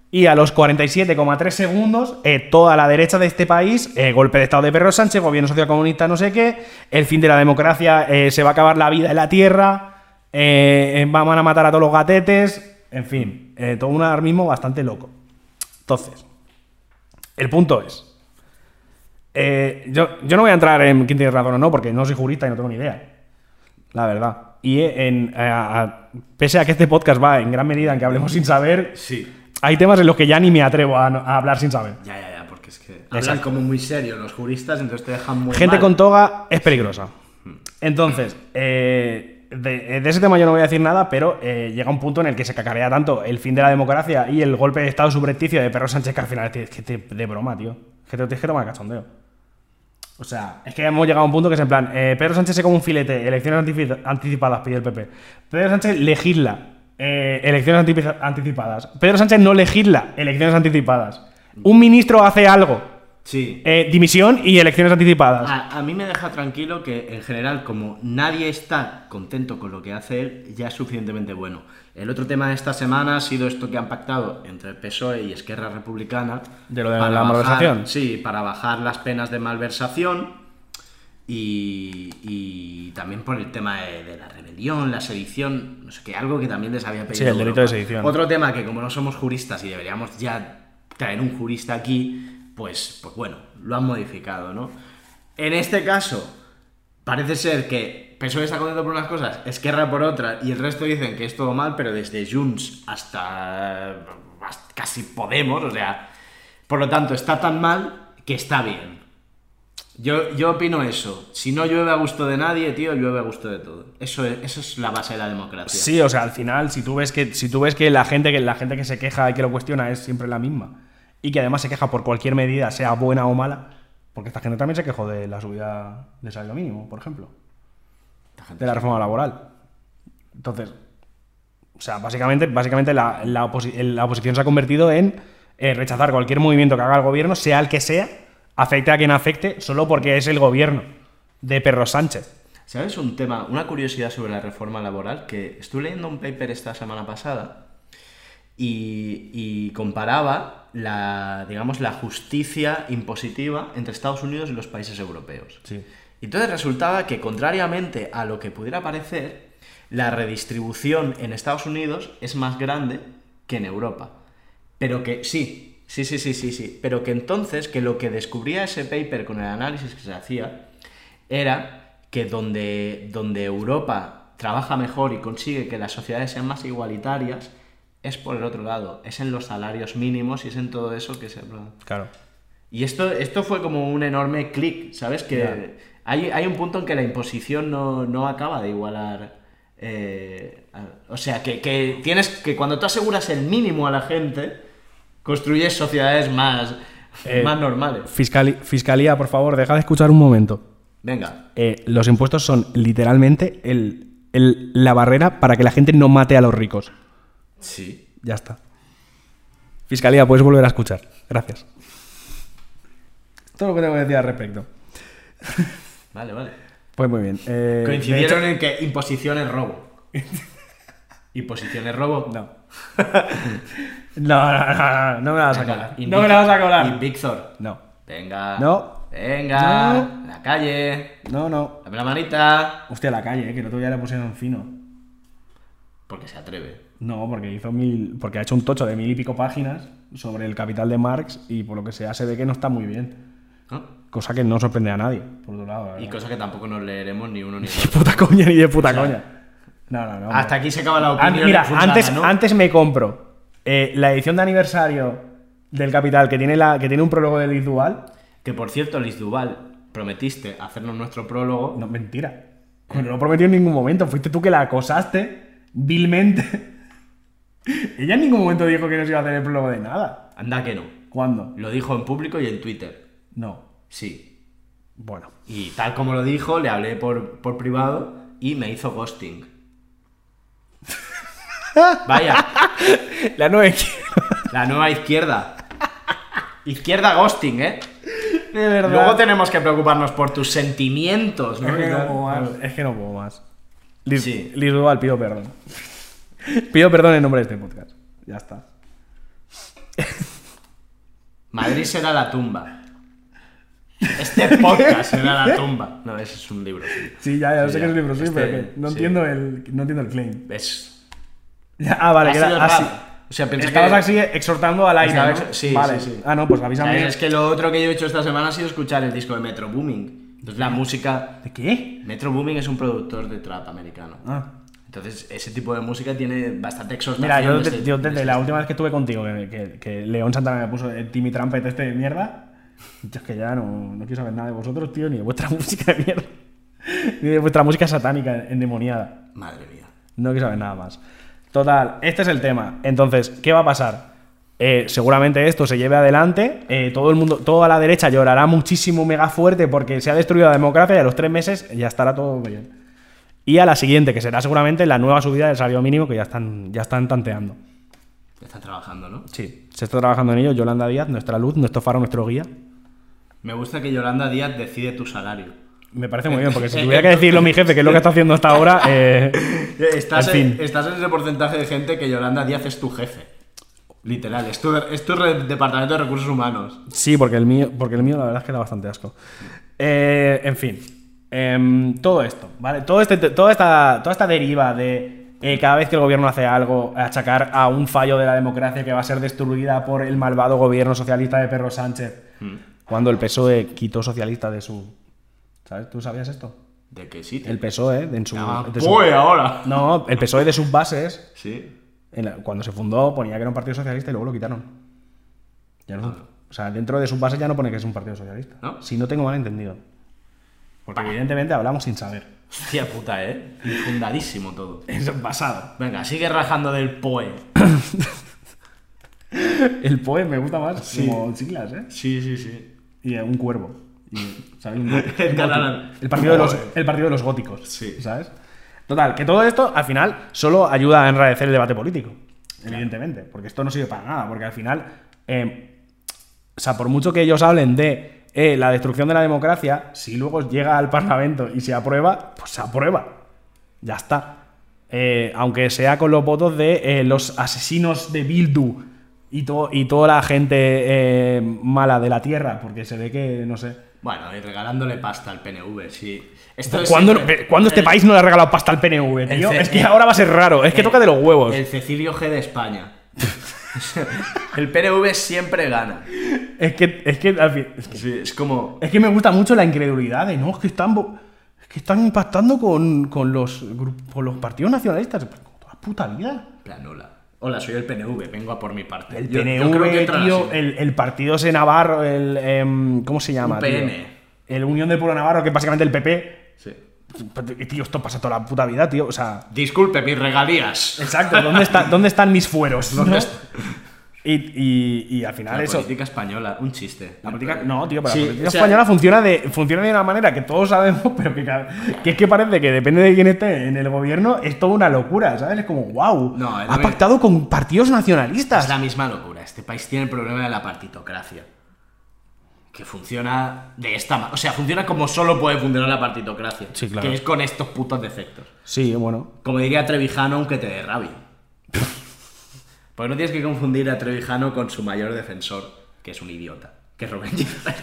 Speaker 4: y a los 47,3 segundos eh, toda la derecha de este país, eh, golpe de estado de Perro Sánchez, gobierno socialcomunista no sé qué, el fin de la democracia, eh, se va a acabar la vida en la tierra, eh, van a matar a todos los gatetes, en fin, eh, todo un alarmismo bastante loco. Entonces, el punto es, eh, yo, yo no voy a entrar en quién tiene razón o no, porque no soy jurista y no tengo ni idea. La verdad. Y eh, en, eh, a- a- pese a que este podcast va en gran medida en que hablemos sin saber,
Speaker 3: Sí.
Speaker 4: hay temas en los que ya ni me atrevo a, no- a hablar sin saber.
Speaker 3: Ya, ya, ya, porque es que hablan
Speaker 4: Exacto.
Speaker 3: como muy serio los juristas, entonces te dejan muy
Speaker 4: Gente
Speaker 3: mal.
Speaker 4: con toga es peligrosa. Entonces, eh, de, de ese tema yo no voy a decir nada, pero eh, llega un punto en el que se cacarea tanto el fin de la democracia y el golpe de Estado subrepticio de Perro Sánchez que al final es que te- de broma, tío. Es que te lo tienes que tomar cachondeo. O sea, es que hemos llegado a un punto que es en plan, eh, Pedro Sánchez se come un filete, elecciones antifi- anticipadas, pide el PP. Pedro Sánchez legisla, eh, elecciones antipi- anticipadas. Pedro Sánchez no legisla, elecciones anticipadas. Un ministro hace algo,
Speaker 3: Sí.
Speaker 4: eh, dimisión y elecciones anticipadas.
Speaker 3: A, a mí me deja tranquilo que en general, como nadie está contento con lo que hace él, ya es suficientemente bueno. El otro tema de esta semana ha sido esto que han pactado entre el PSOE E y Esquerra Republicana.
Speaker 4: De lo de
Speaker 3: para
Speaker 4: la
Speaker 3: bajar-
Speaker 4: malversación.
Speaker 3: Sí, para bajar las penas de malversación. Y, y también por el tema de, de la rebelión, la sedición, no sé qué, algo que también les había pedido.
Speaker 4: Sí, el delito
Speaker 3: Europa.
Speaker 4: de sedición.
Speaker 3: Otro tema que como no somos juristas y deberíamos ya traer un jurista aquí, pues, pues bueno, lo han modificado, ¿no? En este caso, parece ser que PSOE E está contento por unas cosas, Esquerra por otras, y el resto dicen que es todo mal, pero desde Junts hasta, hasta casi Podemos, o sea, por lo tanto, está tan mal que está bien. Yo, yo opino eso. Si no llueve a gusto de nadie, tío, llueve a gusto de todo. Eso es, eso es la base de la democracia.
Speaker 4: Sí, o sea, al final, si tú ves que, si tú ves que la gente que la gente que se queja y que lo cuestiona es siempre la misma, y que además se queja por cualquier medida, sea buena o mala, porque esta gente también se quejó de la subida de salario mínimo, por ejemplo. de la reforma laboral. Entonces, o sea, básicamente, básicamente la, la oposi- la oposición se ha convertido en eh, rechazar cualquier movimiento que haga el gobierno, sea el que sea, afecte a quien afecte, solo porque es el gobierno de Perro Sánchez.
Speaker 3: ¿Sabes un tema, una curiosidad sobre la reforma laboral? Que estuve leyendo un paper esta semana pasada y, y comparaba la, digamos, la justicia impositiva entre Estados Unidos y los países europeos. Y Entonces resultaba que, contrariamente a lo que pudiera parecer, la redistribución en Estados Unidos es más grande que en Europa. Pero que sí, sí, sí, sí, sí, sí. Pero que entonces, que lo que descubría ese paper con el análisis que se hacía era que donde, donde Europa trabaja mejor y consigue que las sociedades sean más igualitarias, es por el otro lado, es en los salarios mínimos y es en todo eso que se...
Speaker 4: Claro.
Speaker 3: Y esto, esto fue como un enorme clic, ¿sabes? Que hay, hay un punto en que la imposición no, no acaba de igualar. eh, a- o sea, que, que tienes que cuando tú aseguras el mínimo a la gente, construyes sociedades más,
Speaker 4: Eh,
Speaker 3: más normales.
Speaker 4: Fiscalía, por favor, deja de escuchar un momento.
Speaker 3: Venga,
Speaker 4: Eh, los impuestos son literalmente el- el- la barrera para que la gente no mate a los ricos.
Speaker 3: sí.
Speaker 4: Ya está. Fiscalía, puedes volver a escuchar. Gracias. Todo lo que tengo que decir al respecto.
Speaker 3: Vale, vale.
Speaker 4: Pues muy bien. eh,
Speaker 3: Coincidieron en que imposición es robo. imposición es robo.
Speaker 4: No. No, no, no, no, no me la vas a
Speaker 3: Venga,
Speaker 4: colar.
Speaker 3: y
Speaker 4: No me
Speaker 3: Vic-
Speaker 4: la vas a colar.
Speaker 3: Y Victor.
Speaker 4: No.
Speaker 3: Venga.
Speaker 4: No.
Speaker 3: Venga.
Speaker 4: No.
Speaker 3: La calle.
Speaker 4: No, no.
Speaker 3: Dame la manita.
Speaker 4: Hostia, la calle, eh, que el otro día le pusieron fino.
Speaker 3: Porque se atreve.
Speaker 4: No, porque hizo mil. Porque ha hecho un tocho de mil y pico páginas sobre el capital de Marx y por lo que sea se ve que no está muy bien.
Speaker 3: ¿no?
Speaker 4: Cosa que no sorprende a nadie, por otro lado. la
Speaker 3: Y
Speaker 4: verdad.
Speaker 3: cosa que tampoco nos leeremos ni uno ni
Speaker 4: De
Speaker 3: otro.
Speaker 4: puta coña ni de puta coña. No, no, no. hombre.
Speaker 3: Hasta aquí se acaba la
Speaker 4: An-
Speaker 3: opinión.
Speaker 4: Ah, mira,
Speaker 3: expulsada,
Speaker 4: antes,
Speaker 3: ¿no?
Speaker 4: antes me compro eh, la edición de aniversario del Capital que tiene, la, que tiene un prólogo de Liz Duval.
Speaker 3: Que por cierto, Liz Duval, prometiste hacernos nuestro prólogo.
Speaker 4: No, mentira. Bueno, no prometió en ningún momento. Fuiste tú que la acosaste vilmente. Ella en ningún momento dijo que no se iba a hacer el problema de nada.
Speaker 3: Anda que no.
Speaker 4: ¿Cuándo?
Speaker 3: Lo dijo en público y en Twitter.
Speaker 4: No.
Speaker 3: Sí.
Speaker 4: Bueno.
Speaker 3: Y tal como lo dijo, le hablé por, por privado y me hizo ghosting. Vaya,
Speaker 4: La nueve.
Speaker 3: la nueva izquierda. Izquierda ghosting, ¿eh?
Speaker 4: De verdad.
Speaker 3: Luego tenemos que preocuparnos por tus sentimientos, ¿no?
Speaker 4: Es que
Speaker 3: Y
Speaker 4: no
Speaker 3: tal.
Speaker 4: puedo más. Es que no puedo más. Liz,
Speaker 3: Sí.
Speaker 4: Liz Duval, pido perdón. Pido perdón en nombre de este podcast. Ya está.
Speaker 3: Madrid será la tumba. Este podcast será la tumba. No, ese es un libro. sí.
Speaker 4: Sí, ya, ya lo
Speaker 3: Sí,
Speaker 4: sé
Speaker 3: ya.
Speaker 4: que es libro, sí,
Speaker 3: Este-
Speaker 4: pero que no,
Speaker 3: sí.
Speaker 4: entiendo el, no entiendo el claim.
Speaker 3: ¿Ves?
Speaker 4: Ah, vale,
Speaker 3: Ha
Speaker 4: que era
Speaker 3: sido
Speaker 4: así.
Speaker 3: raro. O sea, pensé
Speaker 4: Estabas
Speaker 3: que-
Speaker 4: así exhortando al aire,
Speaker 3: Estaba
Speaker 4: ¿no?
Speaker 3: ex- sí,
Speaker 4: vale.
Speaker 3: sí, sí.
Speaker 4: Ah, no, pues
Speaker 3: Ya,
Speaker 4: avísame.
Speaker 3: Es que lo otro que yo he hecho esta semana ha sido escuchar el disco de Metro Booming. Entonces la música...
Speaker 4: ¿De qué?
Speaker 3: Metro Booming es un productor de trap americano.
Speaker 4: Ah.
Speaker 3: Entonces ese tipo de música tiene bastante exhortación.
Speaker 4: Mira, yo,
Speaker 3: de
Speaker 4: te-
Speaker 3: este-
Speaker 4: yo
Speaker 3: de
Speaker 4: desde
Speaker 3: este-
Speaker 4: la última vez que estuve contigo, que, que- que León Santana me puso el Timmy Trumpet este de mierda, yo es que ya no, no quiero saber nada de vosotros, tío, ni de vuestra música de mierda, ni de vuestra música satánica endemoniada.
Speaker 3: Madre mía.
Speaker 4: No quiero saber nada más. Total, este es el tema. Entonces, ¿qué va a pasar? Eh, seguramente esto se lleve adelante. eh, todo el mundo, toda la derecha llorará muchísimo mega fuerte porque se ha destruido la democracia y a los tres meses ya estará todo bien. Y a la siguiente, que será seguramente la nueva subida del salario mínimo que ya están, ya están tanteando.
Speaker 3: Está trabajando, ¿no?
Speaker 4: Sí, se está trabajando en ello. Yolanda Díaz, nuestra luz, nuestro faro, nuestro guía.
Speaker 3: Me gusta que Yolanda Díaz decide tu salario.
Speaker 4: Me parece muy bien, porque si tuviera que decirlo a mi jefe, que es lo que está haciendo hasta ahora, eh,
Speaker 3: Estás,
Speaker 4: En
Speaker 3: en,
Speaker 4: fin.
Speaker 3: estás en ese porcentaje de gente que Yolanda Díaz es tu jefe. Literal, es tu, es tu re- departamento de recursos humanos.
Speaker 4: Sí, porque el mío, porque el mío la verdad es que da bastante asco. Eh, en fin, em, todo esto, ¿vale? Todo este, toda, esta, toda esta deriva de eh, cada vez que el gobierno hace algo, achacar a un fallo de la democracia que va a ser destruida por el malvado gobierno socialista de Perro Sánchez, cuando el PSOE E quitó socialista de su... ¿Sabes? ¿Tú sabías esto?
Speaker 3: ¿De qué sitio?
Speaker 4: El PSOE de E, en su...
Speaker 3: Ah,
Speaker 4: de su-
Speaker 3: pues ahora.
Speaker 4: no, el PSOE E de sus bases
Speaker 3: Sí.
Speaker 4: en la- cuando se fundó ponía que era un partido socialista y luego lo quitaron. Ya no- o sea, dentro de sus bases ya no pone que es un partido socialista.
Speaker 3: ¿No?
Speaker 4: Si no tengo mal entendido. Porque evidentemente hablamos sin saber.
Speaker 3: Hostia puta, ¿eh? Infundadísimo todo.
Speaker 4: Es basado.
Speaker 3: Venga, sigue rajando del POE.
Speaker 4: El poe me gusta más como chiclas, ¿eh?
Speaker 3: Sí, sí, sí.
Speaker 4: Y eh, un cuervo. Y, ¿sabes? Un gótico.
Speaker 3: En catalán.
Speaker 4: el, partido de los,
Speaker 3: Joder.
Speaker 4: el partido de los góticos.
Speaker 3: Sí.
Speaker 4: ¿Sabes? Total, que todo esto al final solo ayuda a enrarecer el debate político. Evidentemente. Porque esto no sirve para nada. Porque al final. eh, O sea, por mucho que ellos hablen de eh, la destrucción de la democracia, si luego llega al Parlamento y se aprueba, pues se aprueba. Ya está. Eh, aunque sea con los votos de eh, los asesinos de Bildu y, to- y toda la gente eh, mala de la tierra, porque se ve que, no sé.
Speaker 3: Bueno, y regalándole pasta al PNV, sí. Esto es
Speaker 4: ¿Cuándo,
Speaker 3: siempre-
Speaker 4: cuándo este
Speaker 3: el-
Speaker 4: país no le ha regalado pasta al PNV, tío?
Speaker 3: ce-
Speaker 4: Es que ahora va a ser raro, es que
Speaker 3: el-
Speaker 4: toca de los huevos.
Speaker 3: El Cecilio G de España. el PNV siempre gana.
Speaker 4: Es que, es que al fin- es que-
Speaker 3: Sí, es como.
Speaker 4: Es que me gusta mucho la incredulidad de no, es que están, bo- es que están impactando con, con los, gru- con los partidos nacionalistas. Pero con Toda la puta vida.
Speaker 3: Planula. Hola, soy el PNV, vengo a por mi parte.
Speaker 4: El
Speaker 3: Yo- yo
Speaker 4: PNV,
Speaker 3: creo que entran
Speaker 4: tío,
Speaker 3: así.
Speaker 4: el, el partido ese navarro, el. em, ¿Cómo se llama? tío?
Speaker 3: UPN.
Speaker 4: El Unión del Pueblo Navarro, que es básicamente el PP.
Speaker 3: Sí.
Speaker 4: Tío, esto pasa toda la puta vida, tío. O sea.
Speaker 3: Disculpe, mis regalías.
Speaker 4: Exacto, ¿dónde, está, ¿dónde están mis fueros?
Speaker 3: ¿Dónde
Speaker 4: no?
Speaker 3: está?
Speaker 4: Y, y- y al final
Speaker 3: La
Speaker 4: eso.
Speaker 3: política española, un chiste.
Speaker 4: La política- no, tío, pero
Speaker 3: Sí,
Speaker 4: la política
Speaker 3: o sea,
Speaker 4: española funciona de, funciona de una manera que todos sabemos, pero que, ca- que es que parece que depende de quién esté en el gobierno, es toda una locura, ¿sabes? Es como, wow,
Speaker 3: No, es
Speaker 4: ha
Speaker 3: lo
Speaker 4: pactado con partidos
Speaker 3: Es
Speaker 4: nacionalistas.
Speaker 3: la misma locura. Este país tiene el problema de la partitocracia. Que funciona de esta manera. O sea, funciona como solo puede funcionar la partitocracia.
Speaker 4: Sí, claro.
Speaker 3: Que es con estos putos defectos.
Speaker 4: Sí, bueno.
Speaker 3: Como diría Trevijano, aunque te dé rabia. Porque no tienes que confundir a Trevijano con su mayor defensor, que es un idiota. Que es Rubén Gilbert.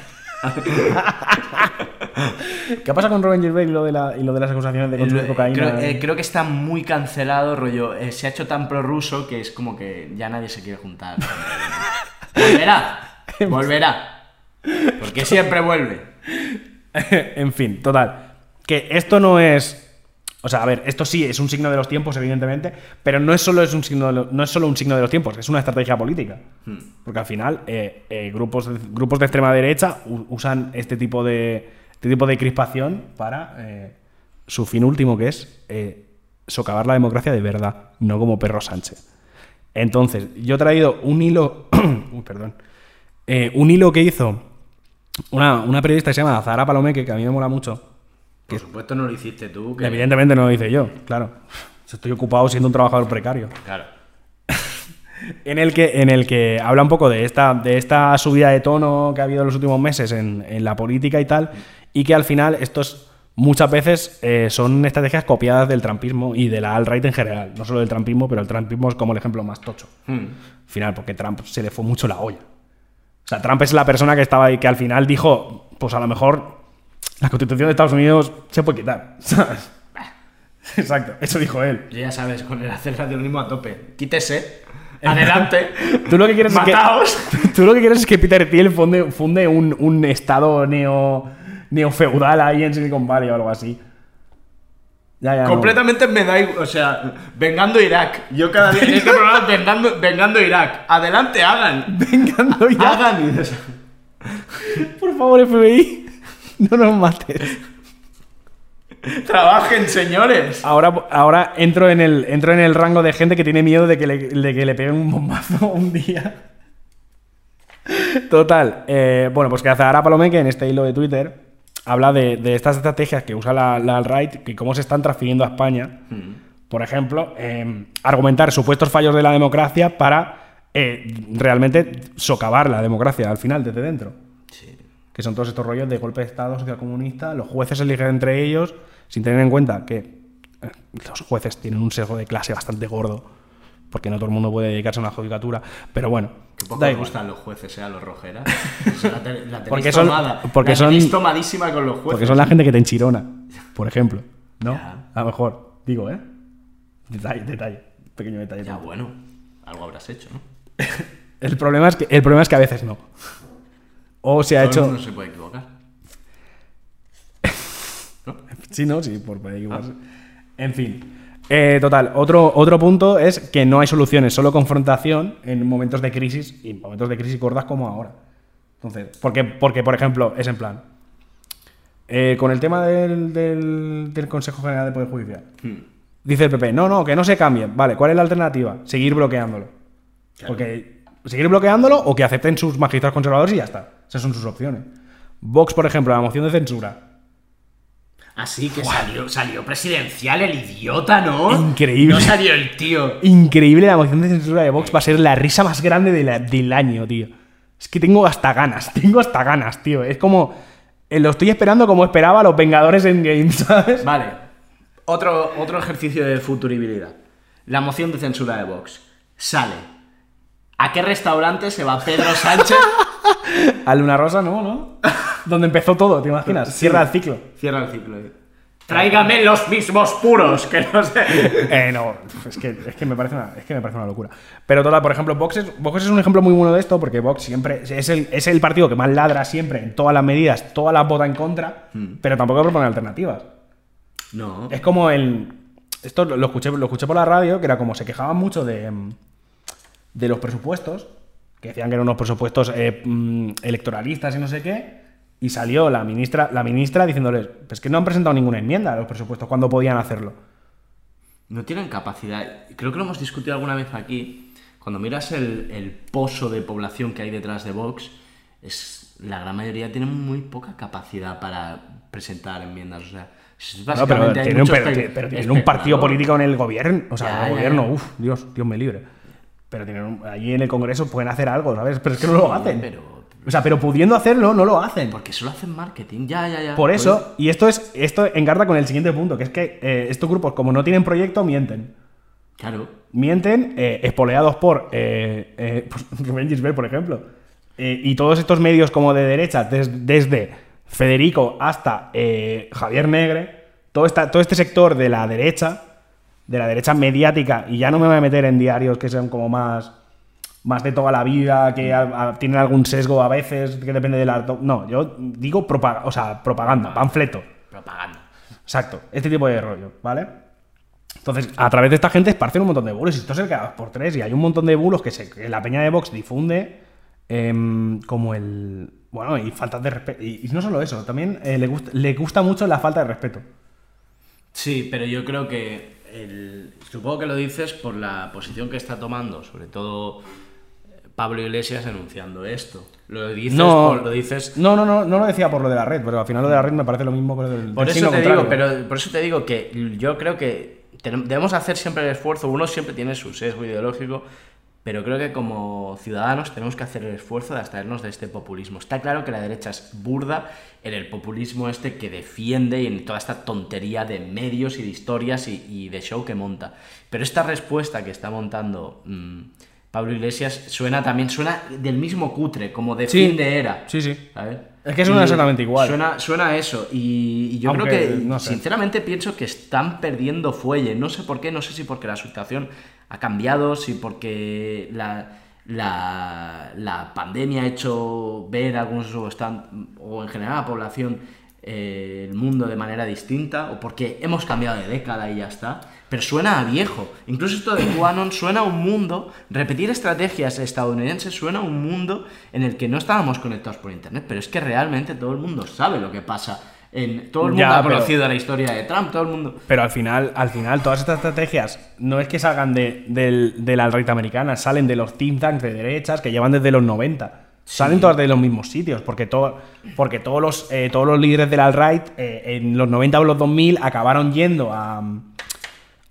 Speaker 4: ¿Qué pasa con Robin Gilbert y lo de, la- y lo de las acusaciones de consumir
Speaker 3: Eh,
Speaker 4: cocaína?
Speaker 3: Creo, eh, creo que está muy cancelado, rollo. eh, se ha hecho tan prorruso que es como que ya nadie se quiere juntar. volverá, volverá. Porque siempre vuelve.
Speaker 4: en fin, total. Que esto no es. O sea, a ver, esto sí es un signo de los tiempos, evidentemente, pero no es solo, es un, signo de lo- no es solo un signo de los tiempos, es una estrategia política. Porque al final, eh, eh, grupos, de- grupos de extrema derecha u- usan este tipo de, este tipo de crispación para, eh, su fin último, que es eh, socavar la democracia de verdad, no como perro Sánchez. Entonces, yo he traído un hilo. Uy, perdón. Eh, un hilo que hizo una, una periodista que se llama Zahara Palomeque, que a mí me mola mucho.
Speaker 3: Por supuesto no lo hiciste tú. Que...
Speaker 4: Evidentemente no lo hice yo, claro. Estoy ocupado siendo un trabajador precario.
Speaker 3: Claro.
Speaker 4: En el que, en el que habla un poco de esta, de esta subida de tono que ha habido en los últimos meses en, en la política y tal, y que al final estos muchas veces eh, son estrategias copiadas del trampismo y de la alt-right en general. No solo del trampismo, pero el trampismo es como el ejemplo más tocho. Al final, porque Trump se le fue mucho la olla. O sea, Trump es la persona que estaba ahí, que al final dijo, pues a lo mejor la constitución de Estados Unidos se puede quitar. ¿sabes? Exacto, eso dijo él.
Speaker 3: Ya sabes, con el hacer radionismo a tope. Quítese. Adelante.
Speaker 4: Tú lo que quieres
Speaker 3: Mataos.
Speaker 4: es que. Tú lo que quieres es que Peter Thiel funde, funde un, un estado neo. neofeudal ahí en Silicon Valley o algo así. Ya, ya, no.
Speaker 3: Completamente me da igual. O sea, vengando Irak. Yo cada día en este programa vengando, vengando Irak. Adelante, hagan.
Speaker 4: Vengando ya.
Speaker 3: Hagan. y- o sea,
Speaker 4: Por favor, FBI. No nos mates.
Speaker 3: Trabajen, señores.
Speaker 4: Ahora, ahora entro, en el, entro en el rango de gente que tiene miedo de que le, de que le peguen un bombazo un día. Total. eh, bueno, pues que Zahara Palomeque en este hilo de Twitter habla de, de estas estrategias que usa la, la alt-right, que cómo se están transfiriendo a España. Por ejemplo, eh, argumentar supuestos fallos de la democracia para eh, realmente socavar la democracia al final, desde dentro que son todos estos rollos de golpe de Estado socialcomunista, los jueces eligen entre ellos, sin tener en cuenta que eh, los jueces tienen un sesgo de clase bastante gordo, porque no todo el mundo puede dedicarse a una judicatura, pero bueno,
Speaker 3: Que poco
Speaker 4: da
Speaker 3: me
Speaker 4: igual.
Speaker 3: gustan los jueces, ¿eh? A los rojeras. O sea, la, te- la tenéis
Speaker 4: Porque son-
Speaker 3: tomada.
Speaker 4: porque
Speaker 3: la tenéis
Speaker 4: son-
Speaker 3: tomadísima con los jueces.
Speaker 4: porque son la gente que te enchirona, por ejemplo, ¿no?
Speaker 3: Ya.
Speaker 4: A lo mejor, digo, ¿eh? Detalle, detalle, pequeño detalle.
Speaker 3: Ya, bueno. Algo habrás hecho, ¿no?
Speaker 4: El problema, es que, el problema es que a veces no. O se ha
Speaker 3: Todo el
Speaker 4: hecho...
Speaker 3: mundo se puede equivocar.
Speaker 4: Sí, no, sí, por poder equivocarse. En fin. Eh, total, otro, otro punto es que no hay soluciones, solo confrontación en momentos de crisis y en momentos de crisis gordas como ahora. Entonces, porque, porque por ejemplo, es en plan. eh, con el tema del, del- del Consejo General de Poder Judicial, dice el PP: no, no, que no se cambien. Vale, ¿cuál es la alternativa? Seguir bloqueándolo. Porque seguir bloqueándolo o que acepten sus magistrados conservadores y ya está. Esas son sus opciones. Vox, por ejemplo, la moción de censura.
Speaker 3: Así Ah, que salió, salió presidencial el idiota, ¿no?
Speaker 4: Increíble.
Speaker 3: No salió el tío.
Speaker 4: Increíble la moción de censura de Vox. Va a ser la risa más grande de la- del año, tío. Es que tengo hasta ganas, tengo hasta ganas, tío. Es como. eh, lo estoy esperando como esperaba a los Vengadores en Game, ¿sabes?
Speaker 3: Vale. Otro, otro ejercicio de futuribilidad. La moción de censura de Vox. Sale. ¿A qué restaurante se va Pedro Sánchez?
Speaker 4: A Luna Rosa, no, ¿no? Donde empezó todo, ¿te imaginas? Cierra el ciclo.
Speaker 3: Cierra el ciclo. eh. Tráigame los mismos puros, que no sé.
Speaker 4: Eh, no, es que, es, que me parece una, es que me parece una locura. Pero total, por ejemplo, Vox es, Vox es un ejemplo muy bueno de esto, porque Vox siempre es el, es el partido que más ladra siempre en todas las medidas, todas las vota en contra, pero tampoco propone alternativas.
Speaker 3: No.
Speaker 4: Es como el. Esto lo lo escuché, lo escuché por la radio, que era como se quejaban mucho de, mm, de los presupuestos, que decían que eran unos presupuestos eh, mm, electoralistas y no sé qué, y salió la ministra, la ministra diciéndoles, pues que no han presentado ninguna enmienda a los presupuestos cuando podían hacerlo.
Speaker 3: No tienen capacidad. Creo que lo hemos discutido alguna vez aquí. Cuando miras el, el pozo de población que hay detrás de Vox, es, la gran mayoría tiene muy poca capacidad para presentar enmiendas. O sea, es
Speaker 4: No, pero
Speaker 3: básicamente hay
Speaker 4: tiene un,
Speaker 3: mucho
Speaker 4: pero-
Speaker 3: espe-
Speaker 4: pero tienen un partido
Speaker 3: especulador.
Speaker 4: político en el gobierno, o sea,
Speaker 3: Ya,
Speaker 4: en el
Speaker 3: ya,
Speaker 4: gobierno,
Speaker 3: ya.
Speaker 4: uff, Dios, Dios me libre. Pero tienen un- allí en el Congreso pueden hacer algo, ¿sabes? Pero es que no lo hacen.
Speaker 3: pero-
Speaker 4: o sea, pero pudiendo hacerlo, no lo hacen.
Speaker 3: Porque solo hacen marketing. Ya, ya, ya.
Speaker 4: Por eso, y esto es esto encarta con el siguiente punto, que es que eh, estos grupos, como no tienen proyecto, mienten.
Speaker 3: Pues, claro.
Speaker 4: Mienten, eh, espoleados por eh, eh, pues, Rubén Gisbert, por ejemplo. Eh, y todos estos medios como de derecha, des- desde Federico hasta eh, Javier Negre, todo, esta, todo este sector de la derecha, de la derecha mediática, y ya no me voy a meter en diarios que sean como más, más de toda la vida, que a- a- tienen algún sesgo a veces, que depende del arte. No, yo digo propa- o sea, propaganda, panfleto.
Speaker 3: Propaganda.
Speaker 4: Exacto, este tipo de rollo, ¿vale? Entonces, a través de esta gente esparcen un montón de bulos. Y esto es el cada dos por tres. Y hay un montón de bulos que, se, que la peña de Vox difunde em, como el. Bueno, y faltas de respeto. Y, y no solo eso, también eh, le, gusta, le gusta mucho la falta de respeto.
Speaker 3: Sí, pero yo creo que. el- Supongo que lo dices por la posición que está tomando, sobre todo eh, Pablo Iglesias anunciando esto. Lo dices, por- lo dices
Speaker 4: no, no, no, no lo decía por lo de la red, pero al final lo de la red me parece lo mismo que lo del
Speaker 3: Por
Speaker 4: del
Speaker 3: eso
Speaker 4: signo
Speaker 3: te digo,
Speaker 4: contrario.
Speaker 3: pero por eso te digo que yo creo que tenem- debemos hacer siempre el esfuerzo. Uno siempre tiene su sesgo ideológico, pero creo que como ciudadanos tenemos que hacer el esfuerzo de abstraernos de este populismo. Está claro que la derecha es burda en el populismo este que defiende y en toda esta tontería de medios y de historias y, y de show que monta. Pero esta respuesta que está montando mm, Pablo Iglesias suena también, suena del mismo cutre, como de
Speaker 4: Sí.
Speaker 3: fin de era.
Speaker 4: Sí, sí.
Speaker 3: ¿sabes?
Speaker 4: Es que suena
Speaker 3: Y
Speaker 4: exactamente igual.
Speaker 3: Suena, suena a eso. Y, y yo
Speaker 4: Aunque,
Speaker 3: creo que,
Speaker 4: no sé.
Speaker 3: sinceramente, pienso que están perdiendo fuelle. No sé por qué, no sé si porque la situación ha cambiado, si porque la, la, la pandemia ha hecho ver a algunos o, están- o en general a la población eh, el mundo de manera distinta, o porque hemos cambiado de década y ya está. Pero suena a viejo. Incluso esto de QAnon suena a un mundo, repetir estrategias estadounidenses suena a un mundo en el que no estábamos conectados por internet, pero es que realmente todo el mundo sabe lo que pasa. En, todo el mundo
Speaker 4: Ya,
Speaker 3: ha
Speaker 4: pero-
Speaker 3: conocido la historia de Trump, todo el mundo.
Speaker 4: Pero al final, al final, todas estas estrategias no es que salgan de, del- de la red americana, salen de los think tanks de derechas que llevan desde los 90. Salen todas de los mismos sitios, porque, todo, porque todos, los, eh, todos los líderes del alt-right eh, en los 90 o los 2000 acabaron yendo a,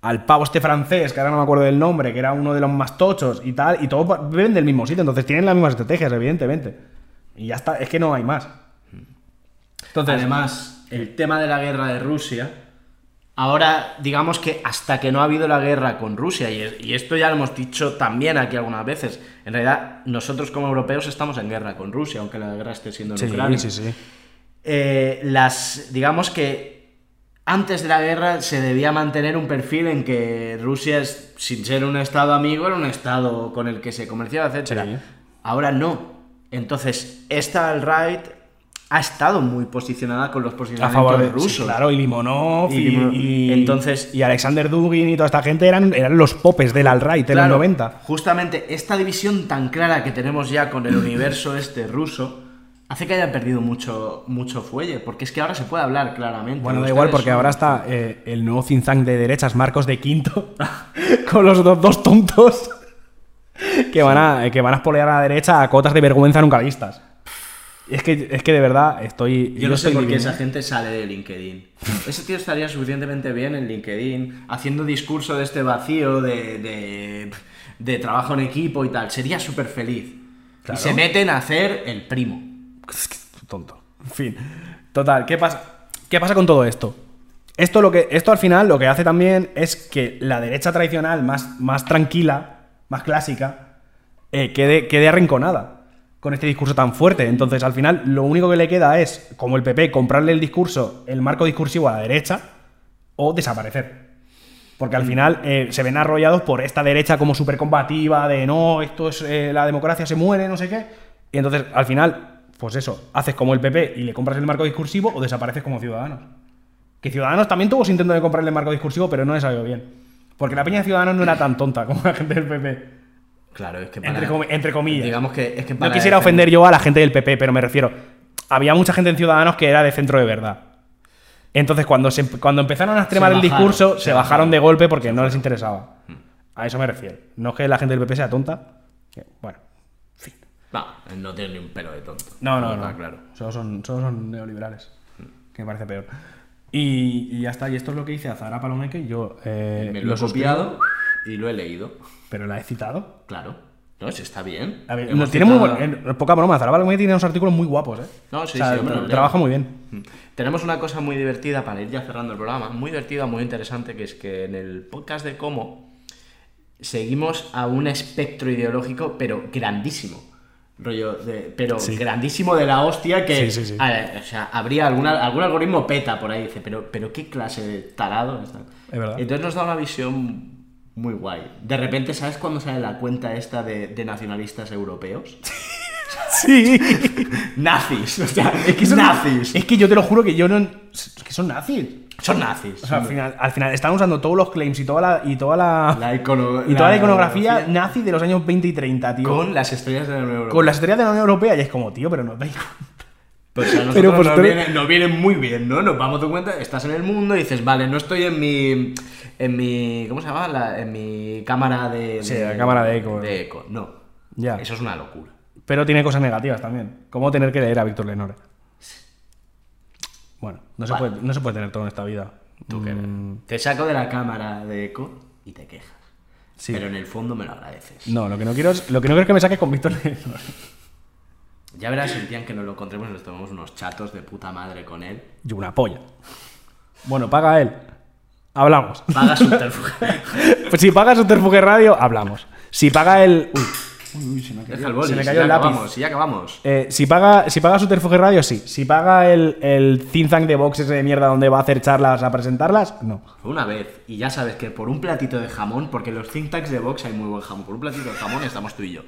Speaker 4: al pavo este francés, que ahora no me acuerdo del nombre, que era uno de los más tochos y tal, y todos pa- beben del mismo sitio, entonces tienen las mismas estrategias, evidentemente. Y ya está, es que no hay más.
Speaker 3: Entonces, además, el tema de la guerra de Rusia, ahora digamos que hasta que no ha habido la guerra con Rusia, y, es- y esto ya lo hemos dicho también aquí algunas veces, en realidad nosotros como europeos estamos en guerra con Rusia, aunque la guerra esté siendo en Ucrania. eh, las, digamos que antes de la guerra se debía mantener un perfil en que Rusia, es- sin ser un estado amigo, era un estado con el que se comerciaba, etc.
Speaker 4: Sí.
Speaker 3: Ahora no. Entonces, esta alt-right ha estado muy posicionada con los
Speaker 4: a
Speaker 3: posicionamientos
Speaker 4: favor de
Speaker 3: rusos.
Speaker 4: rusos. claro, y Limonov y,
Speaker 3: Y Limonov. Entonces-
Speaker 4: y Alexander Dugin y toda esta gente eran, eran los popes del alt-right en los
Speaker 3: Claro,
Speaker 4: 90.
Speaker 3: Justamente esta división tan clara que tenemos ya con el universo este ruso hace que hayan perdido mucho, mucho fuelle, porque es que ahora se puede hablar claramente.
Speaker 4: Bueno, da
Speaker 3: Ustedes
Speaker 4: igual porque
Speaker 3: son-
Speaker 4: ahora está eh, el nuevo think tank de derechas, Marcos de Quinto, con los dos, dos tontos que van, a, que van a espolear a la derecha a cotas de vergüenza nunca vistas. Es que, es que de verdad estoy...
Speaker 3: Yo no sé
Speaker 4: estoy
Speaker 3: por qué
Speaker 4: viviendo-
Speaker 3: esa gente sale de LinkedIn. Ese tío estaría suficientemente bien en LinkedIn, haciendo discurso de este vacío de, de, de trabajo en equipo y tal. Sería súper feliz. Y se meten a hacer el primo.
Speaker 4: tonto. En fin. Total, ¿qué pasa? ¿Qué pasa con todo esto? Esto, lo que, esto al final lo que hace también es que la derecha tradicional más, más tranquila, más clásica, eh, quede, quede arrinconada con este discurso tan fuerte. Entonces, al final, lo único que le queda es, como el PP, comprarle el discurso, el marco discursivo a la derecha o desaparecer. Porque al final eh, se ven arrollados por esta derecha como supercombativa de no, esto es eh, la democracia, se muere, no sé qué. Y entonces, al final, pues eso, haces como el PP y le compras el marco discursivo o desapareces como Ciudadanos. Que Ciudadanos también tuvo su intento de comprarle el marco discursivo, pero no le salió bien. Porque la peña de Ciudadanos no era tan tonta como la gente del PP.
Speaker 3: Claro, es que
Speaker 4: Entre, comi- entre comillas.
Speaker 3: Digamos que es que
Speaker 4: no
Speaker 3: para
Speaker 4: quisiera
Speaker 3: defender-
Speaker 4: ofender yo a la gente del PP, pero me refiero. Había mucha gente en Ciudadanos que era de centro de verdad. Entonces, cuando, se, cuando empezaron a extremar el
Speaker 3: bajaron, Hmm.
Speaker 4: discurso,
Speaker 3: se
Speaker 4: se bajaron de golpe porque no les interesaba. A eso me refiero. No es que la gente del PP sea tonta. que- Bueno.
Speaker 3: No, no tiene ni un pelo de tonto.
Speaker 4: No, no,
Speaker 3: Está
Speaker 4: no.
Speaker 3: Ah, claro. Hmm.
Speaker 4: Solo son, solo son neoliberales. Que me parece peor. Y, y ya está. Y esto es lo que hice a Zara Palomeque. Yo eh,
Speaker 3: Me lo he
Speaker 4: suscribo,
Speaker 3: copiado y lo he leído.
Speaker 4: Pero la he citado.
Speaker 3: Claro. No, si está bien.
Speaker 4: A ver,
Speaker 3: Hemos
Speaker 4: nos tiene muy
Speaker 3: citado-
Speaker 4: buen- eh, poca broma. Zara Palomeque tiene unos artículos muy guapos, ¿eh?
Speaker 3: No, sí,
Speaker 4: O sea,
Speaker 3: sí, hombre,
Speaker 4: tra-
Speaker 3: lo leo.
Speaker 4: trabaja muy bien.
Speaker 3: Tenemos una cosa muy divertida para ir ya cerrando el programa, muy divertida, muy interesante, que es que en el podcast de Como seguimos a un espectro ideológico, pero grandísimo. Rollo de- pero grandísimo de la hostia que
Speaker 4: Sí, sí, sí.
Speaker 3: a- o sea, habría alguna, algún algoritmo peta por ahí, dice, pero, pero qué clase de tarado. está?
Speaker 4: Es verdad.
Speaker 3: Entonces nos da una visión muy guay. De repente, ¿sabes cuándo sale la cuenta esta de, de nacionalistas europeos?
Speaker 4: Sí.
Speaker 3: nazis, o sea,
Speaker 4: Es que son
Speaker 3: nazis.
Speaker 4: Es que yo te lo juro que yo no. Es que son nazis.
Speaker 3: Son nazis.
Speaker 4: O sea, al final, al final están usando todos los claims y toda la. Y toda la,
Speaker 3: La icono-
Speaker 4: y toda la
Speaker 3: la
Speaker 4: iconografía
Speaker 3: iconografía.
Speaker 4: nazi de los años 20 y 30, tío.
Speaker 3: Con las estrellas de la Unión Europea.
Speaker 4: Con las historias de la Unión Europea. Y es como, tío, pero no te
Speaker 3: Pues a nosotros
Speaker 4: Pero, pues,
Speaker 3: nos,
Speaker 4: tú-
Speaker 3: viene, nos viene muy bien, ¿no? Nos vamos a cuenta, estás en el mundo y dices, vale, no estoy en mi. En mi ¿Cómo se llama? La- en mi cámara de.
Speaker 4: Sí, la cámara de eco.
Speaker 3: De eco, no.
Speaker 4: Ya.
Speaker 3: Eso es una locura.
Speaker 4: Pero tiene cosas negativas también. Como tener que leer a Víctor Lenore. Bueno, no se,
Speaker 3: Vale.
Speaker 4: puede, no se puede tener todo en esta vida.
Speaker 3: Tú que-
Speaker 4: Mm.
Speaker 3: Te saco de la cámara de eco y te quejas.
Speaker 4: Sí.
Speaker 3: Pero en el fondo me lo agradeces.
Speaker 4: No, lo que no quiero es, lo que, no quiero es que me saques con Víctor Lenore.
Speaker 3: Ya verás el día en que nos lo encontremos, nos tomamos unos chatos de puta madre con él.
Speaker 4: Y una polla. Bueno, paga a él. Hablamos.
Speaker 3: Pagas un teléfono.
Speaker 4: Pues si paga Subterfuge Radio, hablamos. Si paga el. Uy, uy, uy, se me ha caído,
Speaker 3: Deja el boli,
Speaker 4: se me
Speaker 3: si
Speaker 4: cayó
Speaker 3: ya
Speaker 4: el lápiz.
Speaker 3: acabamos, si ya acabamos.
Speaker 4: Eh, si paga, si paga Subterfuge Radio, sí. Si paga el, el think tank de box ese de mierda donde va a hacer charlas a presentarlas, no.
Speaker 3: Fue Una vez, y ya sabes que por un platito de jamón, porque en los think tanks de Vox hay muy buen jamón, por un platito de jamón estamos tú y yo.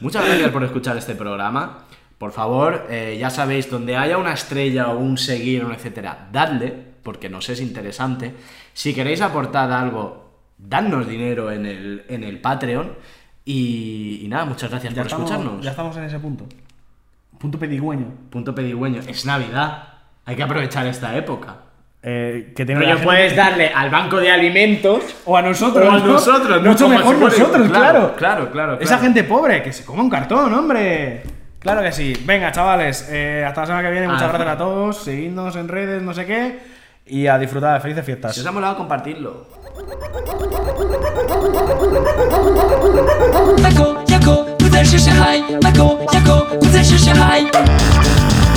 Speaker 3: Muchas gracias por escuchar este programa. Por favor, eh, ya sabéis, donde haya una estrella o un seguir, o etcétera, dadle, porque nos es interesante. Si queréis aportar algo, dadnos dinero en el, en el Patreon. Y, y nada, muchas gracias por escucharnos.
Speaker 4: estamos en ese punto. Punto pedigüeño.
Speaker 3: Punto pedigüeño, es Navidad. Hay que aprovechar esta época.
Speaker 4: Eh, que tiene la
Speaker 3: Pero
Speaker 4: gente-
Speaker 3: puedes darle al banco de alimentos
Speaker 4: O a nosotros.
Speaker 3: O a
Speaker 4: ¿no?
Speaker 3: nosotros, ¿no?
Speaker 4: Mucho
Speaker 3: Como
Speaker 4: mejor
Speaker 3: si fuera-
Speaker 4: nosotros,
Speaker 3: claro,
Speaker 4: claro.
Speaker 3: claro, claro,
Speaker 4: Esa
Speaker 3: claro.
Speaker 4: gente pobre, que se coma un cartón, hombre. Claro que sí. Venga, chavales, eh, hasta la semana que viene. Muchas
Speaker 3: Ah.
Speaker 4: gracias a todos. Seguidnos en redes, no sé qué. Y a disfrutar de felices fiestas.
Speaker 3: Si os ha molado, compartirlo.
Speaker 6: Michael, Jaco, 不再是小孩。Michael, Jaco, 不再是小孩。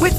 Speaker 1: With